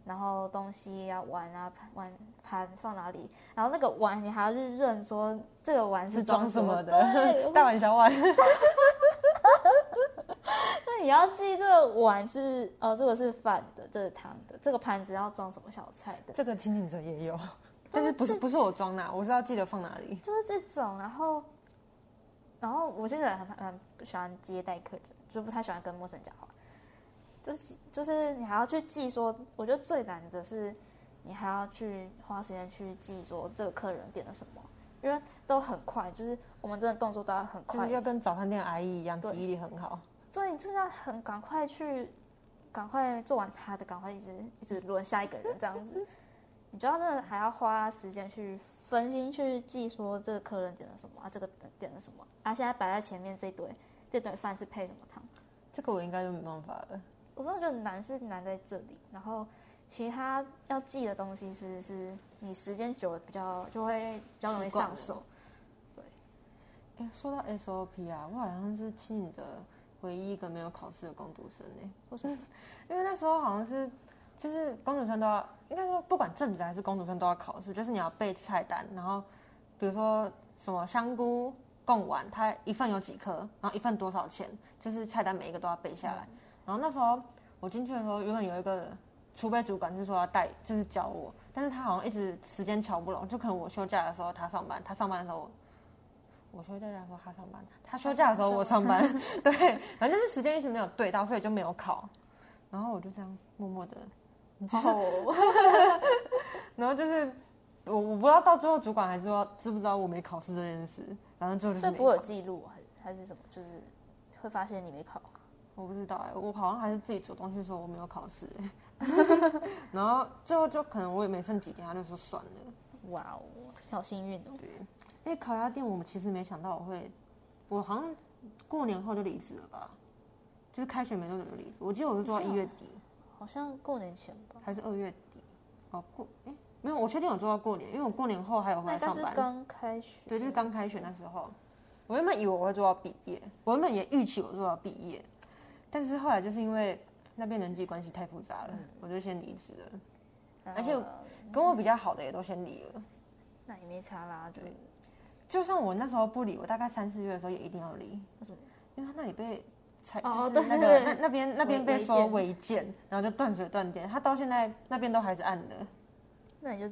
Speaker 2: 然后东西要碗啊盘碗盘放哪里，然后那个碗你还要去认说这个碗
Speaker 1: 是装
Speaker 2: 装
Speaker 1: 什么
Speaker 2: 么
Speaker 1: 的？
Speaker 2: 对
Speaker 1: 大碗小 碗，
Speaker 2: 那你要记这个碗是哦，这个是饭的，这个汤的，这个盘子要装什么小菜的，
Speaker 1: 这个清醒者也有，但是不是不是我装啦，我是要记得放哪里。
Speaker 2: 就是这种，然后，然后我现在很很不喜欢接待客人，就不太喜欢跟陌生人讲话，就是就是你还要去记说，我觉得最难的是你还要去花时间去记说这个客人点了什么，因为都很快，就是我们真的动作都要很
Speaker 1: 就是
Speaker 2: 快，
Speaker 1: 要跟早餐店阿姨一样，记
Speaker 2: 对
Speaker 1: 忆力很好。
Speaker 2: 对，你就是要很赶快去，赶快做完他的，赶快一直一直轮下一个人这样子，你就要真的还要花时间去分心去记说这个客人点了什么啊，这个点了什么啊，现在摆在前面这堆这堆饭是配什么汤，
Speaker 1: 这个我应该就没办法了。
Speaker 2: 我真的觉得难是难在这里，然后其他要记的东西是是你时间久了比较就会比较容易
Speaker 1: 习惯
Speaker 2: 上
Speaker 1: 了
Speaker 2: 手，
Speaker 1: 哎，说到 SOP 啊，我好像是清醒者唯一一个没有考试的工读生呢、
Speaker 2: 为什么
Speaker 1: 因为那时候好像是就是工读生都要，应该说不管正职还是工读生都要考试，就是你要背菜单，然后比如说什么香菇贡丸，它一份有几颗，然后一份多少钱，就是菜单每一个都要背下来。然后那时候我进去的时候，原本有一个储备主管是说要带，就是教我，但是他好像一直时间瞧不拢，就可能我休假的时候他上班，他上班的时候我我休假的时候他上班，他休假的时候我上班， 对，反正就是时间一直没有对到，所以就没有考。然后我就这样默默的，
Speaker 2: 哦，
Speaker 1: 然后就是我我不知道到最后主管还知道知不知道我没考试这件事，然后最后就是
Speaker 2: 这
Speaker 1: 没
Speaker 2: 不会有
Speaker 1: 考
Speaker 2: 记录还是还是什么？就是会发现你没考，
Speaker 1: 我不知道哎、我好像还是自己主动去说我没有考 试、欸，然后最后就可能我也没剩几天，他就说算了。
Speaker 2: 哇哦，好幸运哦。
Speaker 1: 对，因为烤鸭店我们其实没想到我会，我好像过年后就离职了吧，就是开学没多久就离职。我记得我是做到
Speaker 2: 你
Speaker 1: 一
Speaker 2: 是
Speaker 1: 月底
Speaker 2: 好像过年前吧，
Speaker 1: 还是二月底，哦过哎、没有，我确定有做到过年，因为我过年后还有回
Speaker 2: 那
Speaker 1: 来
Speaker 2: 应该
Speaker 1: 上
Speaker 2: 是
Speaker 1: 班。
Speaker 2: 刚开学，
Speaker 1: 对，就是刚开学那时候，我原本以为我会做到毕业，我原本也预期我做到毕业，但是后来就是因为那边人际关系太复杂了，
Speaker 2: 嗯
Speaker 1: 我就先离职了。
Speaker 2: 然后，
Speaker 1: 而且跟我比较好的也都先离了，
Speaker 2: 那也没差啦，对，
Speaker 1: 嗯就算我那时候不离，我大概三四月的时候也一定要离。
Speaker 2: 为什么？
Speaker 1: 因为他那里被才
Speaker 2: 哦
Speaker 1: 就是
Speaker 2: 对
Speaker 1: 那
Speaker 2: 对
Speaker 1: 个
Speaker 2: 对
Speaker 1: 那那边那边
Speaker 2: 违
Speaker 1: 被
Speaker 2: 违
Speaker 1: 说违建，然后就断水断电，他到现在那边都还是暗的，
Speaker 2: 那你就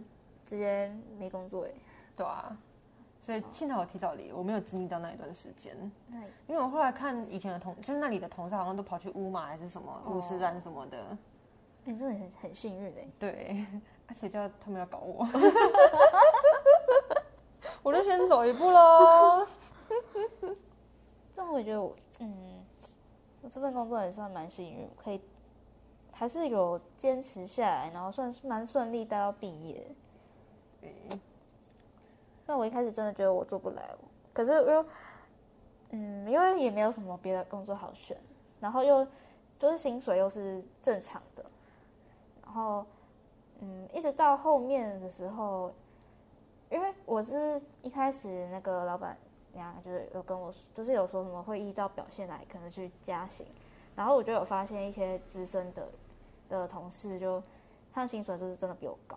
Speaker 2: 直接没工作哎、
Speaker 1: 对啊，
Speaker 2: 哦
Speaker 1: 所以幸好我提早离，我没有经历到那一段时间，
Speaker 2: 那也
Speaker 1: 因为我后来看以前的同，就是那里的同事好像都跑去乌马还是什么
Speaker 2: 哦
Speaker 1: 乌斯兰什么的，
Speaker 2: 你真的很很幸运哎、
Speaker 1: 对， 而且叫他们要搞 我，我就先走一步喽，
Speaker 2: 但我也觉得我，嗯，我这份工作也算蛮幸运，可以还是有坚持下来，然后算是蛮顺利待到毕业。嗯但我一开始真的觉得我做不来，可是我又，嗯，因为也没有什么别的工作好选，然后又就是薪水又是正常的，然后，嗯，一直到后面的时候，因为我是一开始那个老板娘就是有跟我说，就是有说什么会依照表现来可能去加薪，然后我就有发现一些资深的的同事就他的薪水就是真的比我高，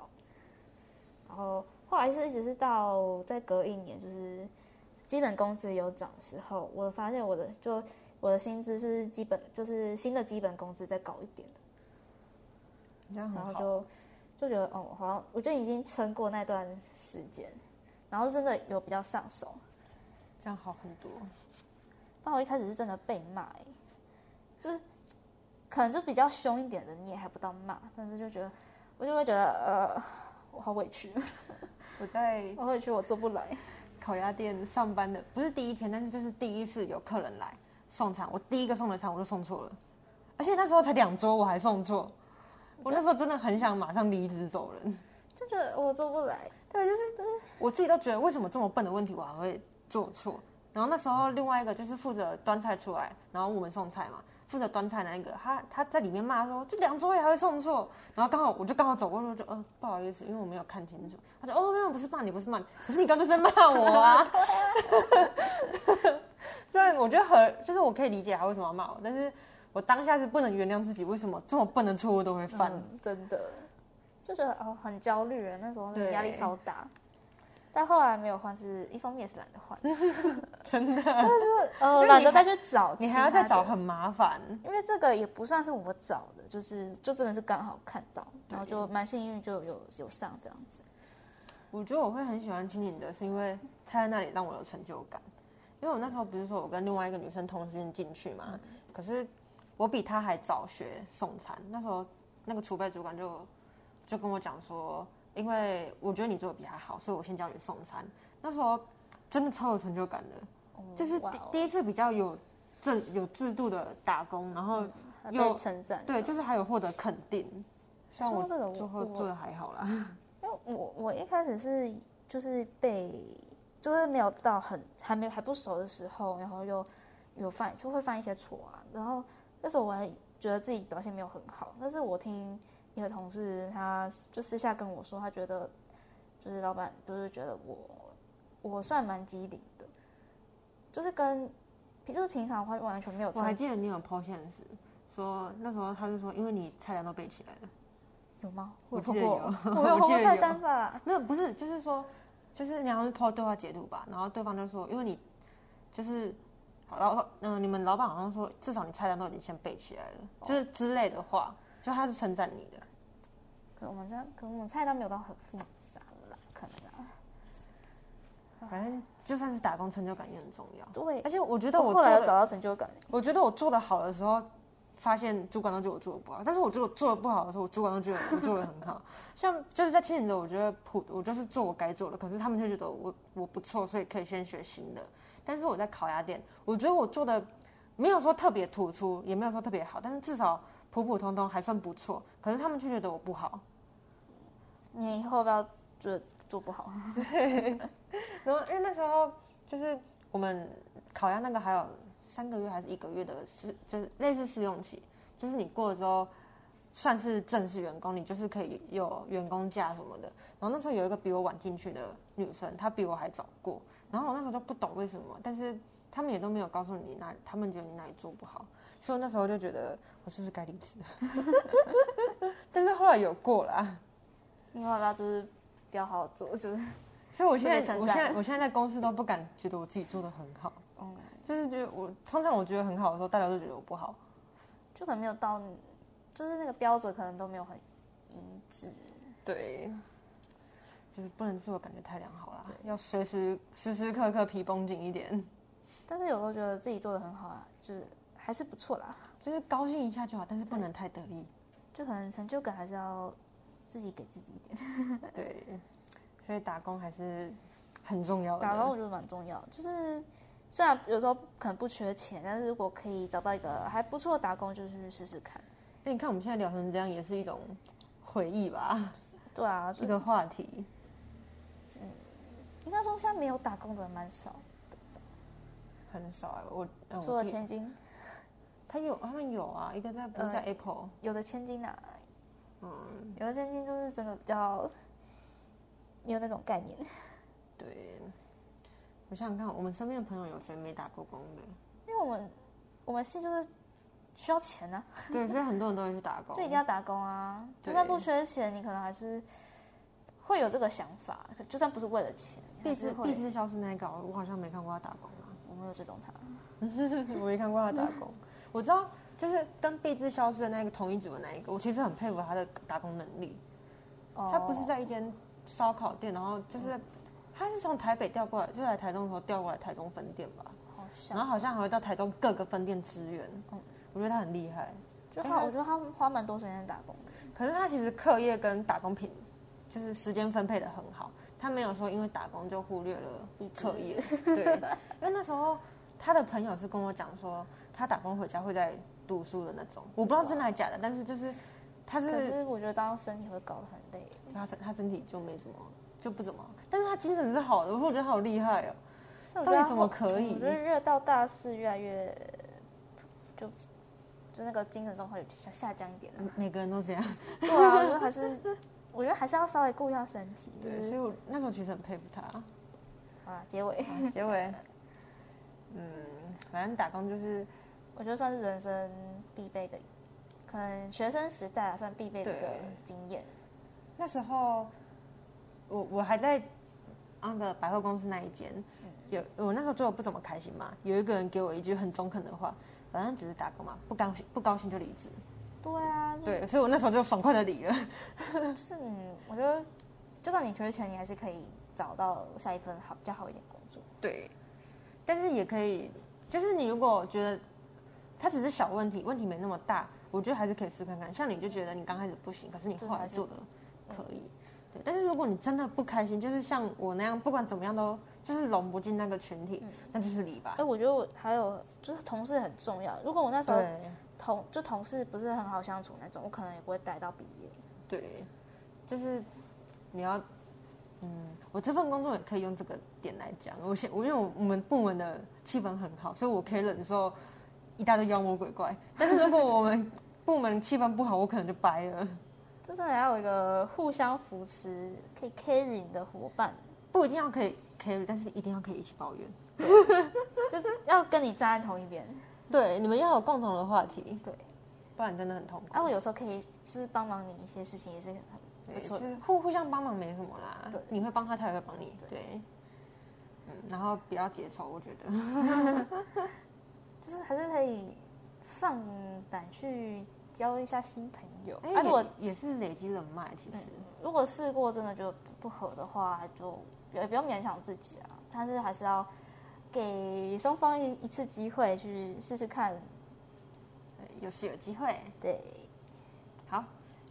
Speaker 2: 然后后来是一直是到再隔一年就是基本工资有涨的时候，我发现我的就我的薪资是基本就是新的基本工资再高一点的，
Speaker 1: 你这样
Speaker 2: 然后
Speaker 1: 很嗯好，
Speaker 2: 就就觉得哦，好像我就已经撑过那段时间，然后真的有比较上手。
Speaker 1: 这样好很多，
Speaker 2: 但我一开始是真的被骂、欸，就是可能就比较凶一点的，你也还不到骂，但是就觉得我就会觉得呃，我好委屈，
Speaker 1: 我在
Speaker 2: 我委屈我做不来。
Speaker 1: 烤鸭店上班的，不是第一天，但是就是第一次有客人来送餐，我第一个送的餐我就送错了，而且那时候才两桌，我还送错，我那时候真的很想马上离职走人，
Speaker 2: 就觉得我做不来，
Speaker 1: 对，就是我自己都觉得为什么这么笨的问题我还会做错。然后那时候另外一个就是负责端菜出来，然后我们送菜嘛，负责端菜那一个，他他在里面骂说这两桌也还会送错，然后刚好我就刚好走过去我就呃不好意思，因为我没有看清楚，他说哦没有不是骂你不是骂你，可是你刚才在骂我啊。 虽然我觉得很就是我可以理解他为什么要骂我，但是我当下是不能原谅自己为什么这么笨的错误都会犯。
Speaker 2: 嗯真的就觉得哦很焦虑啊，那时候
Speaker 1: 对
Speaker 2: 压力超大。但后来没有换，是一方面也是懒得 换，真的就是
Speaker 1: 因为
Speaker 2: 呃
Speaker 1: 你
Speaker 2: 懒得再去找，
Speaker 1: 你还要再找，很麻烦，
Speaker 2: 因为这个也不算是我找的，就是就真的是刚好看到，然后
Speaker 1: 对
Speaker 2: 就蛮幸运就有有上这样子。
Speaker 1: 我觉得我会很喜欢青岭的，是因为他在那里让我有成就感。因为我那时候不是说我跟另外一个女生同时间进去嘛，
Speaker 2: 嗯
Speaker 1: 可是我比她还早学送餐。那时候那个储备主管就就跟我讲说，因为我觉得你做的比她好，所以我先教你送餐。那时候真的超有成就感的，
Speaker 2: 哦
Speaker 1: 就是
Speaker 2: 哇
Speaker 1: 第
Speaker 2: 哦
Speaker 1: 第一次比较有这有制度的打工，然后
Speaker 2: 还
Speaker 1: 有
Speaker 2: 被称赞，
Speaker 1: 对，就是还有获得肯定。虽
Speaker 2: 嗯
Speaker 1: 然
Speaker 2: 说到这个
Speaker 1: 我
Speaker 2: 我
Speaker 1: 最后
Speaker 2: 我
Speaker 1: 做的还好啦，
Speaker 2: 因为我我一开始是就是被就是没有到很还没还不熟的时候，然后又有犯就会犯一些错啊，然后那时候我还觉得自己表现没有很好，但是我听一个同事他就私下跟我说，他觉得就是老板就是觉得我我算蛮机灵的，就是跟就是平常的话完全没有
Speaker 1: 我还
Speaker 2: 参
Speaker 1: 记得你有抛现实，说那时候他就说，因为你菜单都背起来了，
Speaker 2: 有吗？
Speaker 1: 我
Speaker 2: 有
Speaker 1: 记
Speaker 2: 碰
Speaker 1: 得
Speaker 2: 过
Speaker 1: 有，
Speaker 2: 我没
Speaker 1: 我
Speaker 2: 有
Speaker 1: 记
Speaker 2: 碰过
Speaker 1: 得
Speaker 2: 菜
Speaker 1: 有
Speaker 2: 单吧？
Speaker 1: 没有不是，就是说，就是你好像是抛对话截图吧，然后对方就说，因为你就是老嗯、你们老板好像说，至少你菜单都已经先背起来了，就是
Speaker 2: 哦
Speaker 1: 之类的话，就他是称赞你的，
Speaker 2: 可我们这可我们菜单没有到很复杂啦，可能啊。
Speaker 1: 反正就算是打工，成就感也很重要。
Speaker 2: 对，
Speaker 1: 而且我觉
Speaker 2: 觉
Speaker 1: 得
Speaker 2: 后
Speaker 1: 我做
Speaker 2: 来有
Speaker 1: 的
Speaker 2: 找到成就感，
Speaker 1: 我觉得我做的好的时候，发现主管都觉得我做的不好；但是我觉得我做的不好的时候，我主管都觉得我做的很好。像就是在亲子的，我觉得普我就是做我该做的，可是他们就觉得我我不错，所以可以先学新的。但是我在烤鸭店，我觉得我做的没有说特别突出，也没有说特别好，但是至少普普通通还算不错。可是他们却觉得我不好，
Speaker 2: 你以后要不要做做不好？
Speaker 1: 然后因为那时候就是我们烤鸭那个还有三个月还是一个月的试，就是类似试用期，就是你过了之后算是正式员工，你就是可以有员工假什么的。然后那时候有一个比我晚进去的女生，她比我还早过，然后我那时候就不懂为什么，但是他们也都没有告诉你哪，他们觉得你哪里做不好，所以我那时候就觉得我是不是该离 职？ 但是后来有过啦。
Speaker 2: 你以后要不要就是不要好好做，就是
Speaker 1: 所以我现
Speaker 2: 特别
Speaker 1: 在，
Speaker 2: 称赞
Speaker 1: 我现在，我现在在公司都不敢觉得我自己做的很好，
Speaker 2: 嗯
Speaker 1: 就是觉得我通常我觉得很好的时候，大家都觉得我不好。
Speaker 2: 就可能没有到你，就是那个标准可能都没有很一致。
Speaker 1: 对，就是不能自我感觉太良好啦，要随时时时刻刻皮绷紧一点，
Speaker 2: 但是有时候觉得自己做的很好啊，就是还是不错啦，
Speaker 1: 就是高兴一下就好，但是不能太得意。
Speaker 2: 就可能成就感还是要自己给自己一点。
Speaker 1: 对，所以打工还是很重要的。
Speaker 2: 打工我觉得蛮重要，就是虽然有时候可能不缺钱，但是如果可以找到一个还不错的打工，就去试试看。
Speaker 1: 那你看我们现在聊成这样，也是一种回忆吧，
Speaker 2: 对啊，
Speaker 1: 一
Speaker 2: 所以
Speaker 1: 个话题。
Speaker 2: 应该说现在没有打工的人蛮少，
Speaker 1: 很少、欸、我，呃、
Speaker 2: 除
Speaker 1: 我
Speaker 2: 了
Speaker 1: 弟
Speaker 2: 千金，
Speaker 1: 他有他们有啊，一个在不是在 Apple，
Speaker 2: 有的千金啊，
Speaker 1: 嗯。
Speaker 2: 有的千金就是真的比较没有那种概念，
Speaker 1: 对，我想想看，我们身边的朋友有谁没打过工的？
Speaker 2: 因为我们我们系就是需要钱啊，
Speaker 1: 对，所以很多人都会去打工。
Speaker 2: 就一定要打工啊，
Speaker 1: 哦
Speaker 2: 就
Speaker 1: 对
Speaker 2: 算不缺钱，你可能还是会有这个想法，可就算不是为了钱，
Speaker 1: 毕
Speaker 2: 还是
Speaker 1: 之毕
Speaker 2: 会
Speaker 1: 之消失那一个，我好像没看过他打工啊，
Speaker 2: 我没有追踪他，
Speaker 1: 我没看过他打 工。我知道，就是跟毕之消失的那个同一组的那一个，我其实很佩服他的打工能力。他不是
Speaker 2: 哦
Speaker 1: 在一间烧烤店，然后就是他是从台北调过来，就来台中的时候调过来台中分店吧，
Speaker 2: 好像
Speaker 1: 然后好像还会到台中各个分店支援
Speaker 2: 嗯。
Speaker 1: 我觉得他很厉害。
Speaker 2: 就
Speaker 1: 哎
Speaker 2: 他，
Speaker 1: 他
Speaker 2: 我觉得他花蛮多时间在打工的，
Speaker 1: 可是他其实课业跟打工平，就是时间分配的很好，他没有说因为打工就忽略了课业。 对，因为那时候他的朋友是跟我讲说，他打工回家会在读书的那种，我不知道真的还假的，但是就是他
Speaker 2: 可
Speaker 1: 是
Speaker 2: 是我觉得当身体会搞得很累。
Speaker 1: 他身他身体就没怎么就不怎么，但是他精神是好的，我说我觉得好厉害哦。
Speaker 2: 但我
Speaker 1: 到
Speaker 2: 觉
Speaker 1: 底
Speaker 2: 得
Speaker 1: 怎
Speaker 2: 后
Speaker 1: 么可以
Speaker 2: 我觉得越到大四越来越，就就那个精神状况有比较下降一点了。
Speaker 1: 每个人都这样，
Speaker 2: 对啊，我觉得还是，我觉得还是要稍微顾一下身体。
Speaker 1: 对，
Speaker 2: 就是
Speaker 1: 所以我那时候其实很佩服他。
Speaker 2: 好啦，结尾
Speaker 1: 好结尾，嗯，反正打工就是
Speaker 2: 我觉得算是人生必备的，可能学生时代啊算必备的一个
Speaker 1: 对
Speaker 2: 经验。
Speaker 1: 那时候我我还在那个百货公司那一间，有我那时候做的不怎么开心嘛，有一个人给我一句很中肯的话，反正只是打工嘛，不高兴不高兴就离职，
Speaker 2: 对啊，就，
Speaker 1: 对，所以我那时候就爽快的离了，
Speaker 2: 就是嗯，我觉得就算你缺钱，你还是可以找到下一份好比较好一点的工作。
Speaker 1: 对，但是也可以，就是你如果觉得它只是小问题，问题没那么大，我觉得还是可以试看看，像你就觉得你刚开始不行，可是你后来做的可以。对，但是如果你真的不开心，就是像我那样，不管怎么样都就是融不进那个群体，那就是离吧
Speaker 2: 哎、。我觉得我还有就是同事很重要。如果我那时候
Speaker 1: 对
Speaker 2: 同就同事不是很好相处那种，我可能也不会待到毕业。
Speaker 1: 对，就是你要，嗯，我这份工作也可以用这个点来讲。我现我因为我我们部门的气氛很好，所以我可以忍受一大堆妖魔鬼怪。但是如果我们部门气氛不好，我可能就掰了。
Speaker 2: 就真的要有一个互相扶持，可以 carry 你的伙伴，
Speaker 1: 不一定要可以 carry，但是一定要可以一起抱怨。
Speaker 2: 就是要跟你站在同一边。
Speaker 1: 对，你们要有共同的话题，
Speaker 2: 对，
Speaker 1: 不然真的很痛苦。
Speaker 2: 啊，我有时候可以就是帮忙你一些事情，也是很
Speaker 1: 对
Speaker 2: 不错
Speaker 1: 就
Speaker 2: 的。
Speaker 1: 是互互相帮忙没什么啦。
Speaker 2: 对
Speaker 1: 你会帮他，他也会帮你。对，嗯，然后不要结仇，我觉得。
Speaker 2: 就是还是可以放胆去交一下新朋友。
Speaker 1: 哎、
Speaker 2: 但是我
Speaker 1: 也也是累积人脉，其实、
Speaker 2: 如果试过真的觉得不合的话，就也不用勉强自己啊。但是还是要给双方一一次机会去试试看。
Speaker 1: 对有是有机会。
Speaker 2: 对，
Speaker 1: 好，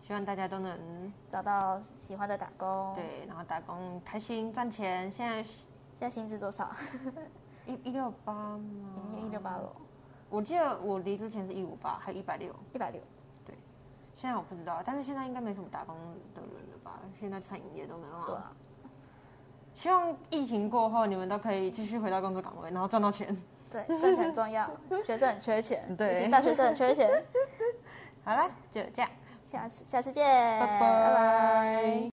Speaker 1: 希望大家都能
Speaker 2: 找到喜欢的打工。，
Speaker 1: 对，然后打工开心赚钱。现在是
Speaker 2: 现在薪资多少？
Speaker 1: 一一六八
Speaker 2: 已
Speaker 1: 吗？
Speaker 2: 经一六八了，
Speaker 1: 我记得我离职前是一五八，还有一百六。
Speaker 2: 一百六。
Speaker 1: 现在我不知道，但是现在应该没什么打工的人了吧？现在餐饮业都没办法。
Speaker 2: 对啊，
Speaker 1: 希望疫情过后，你们都可以继续回到工作岗位，然后赚到钱。
Speaker 2: 对，赚钱很重 要，学生很缺钱，
Speaker 1: 对
Speaker 2: 毕竟大学生很缺钱。
Speaker 1: 好啦，就这样，
Speaker 2: 下次下次见，
Speaker 1: 拜
Speaker 2: 拜拜
Speaker 1: 拜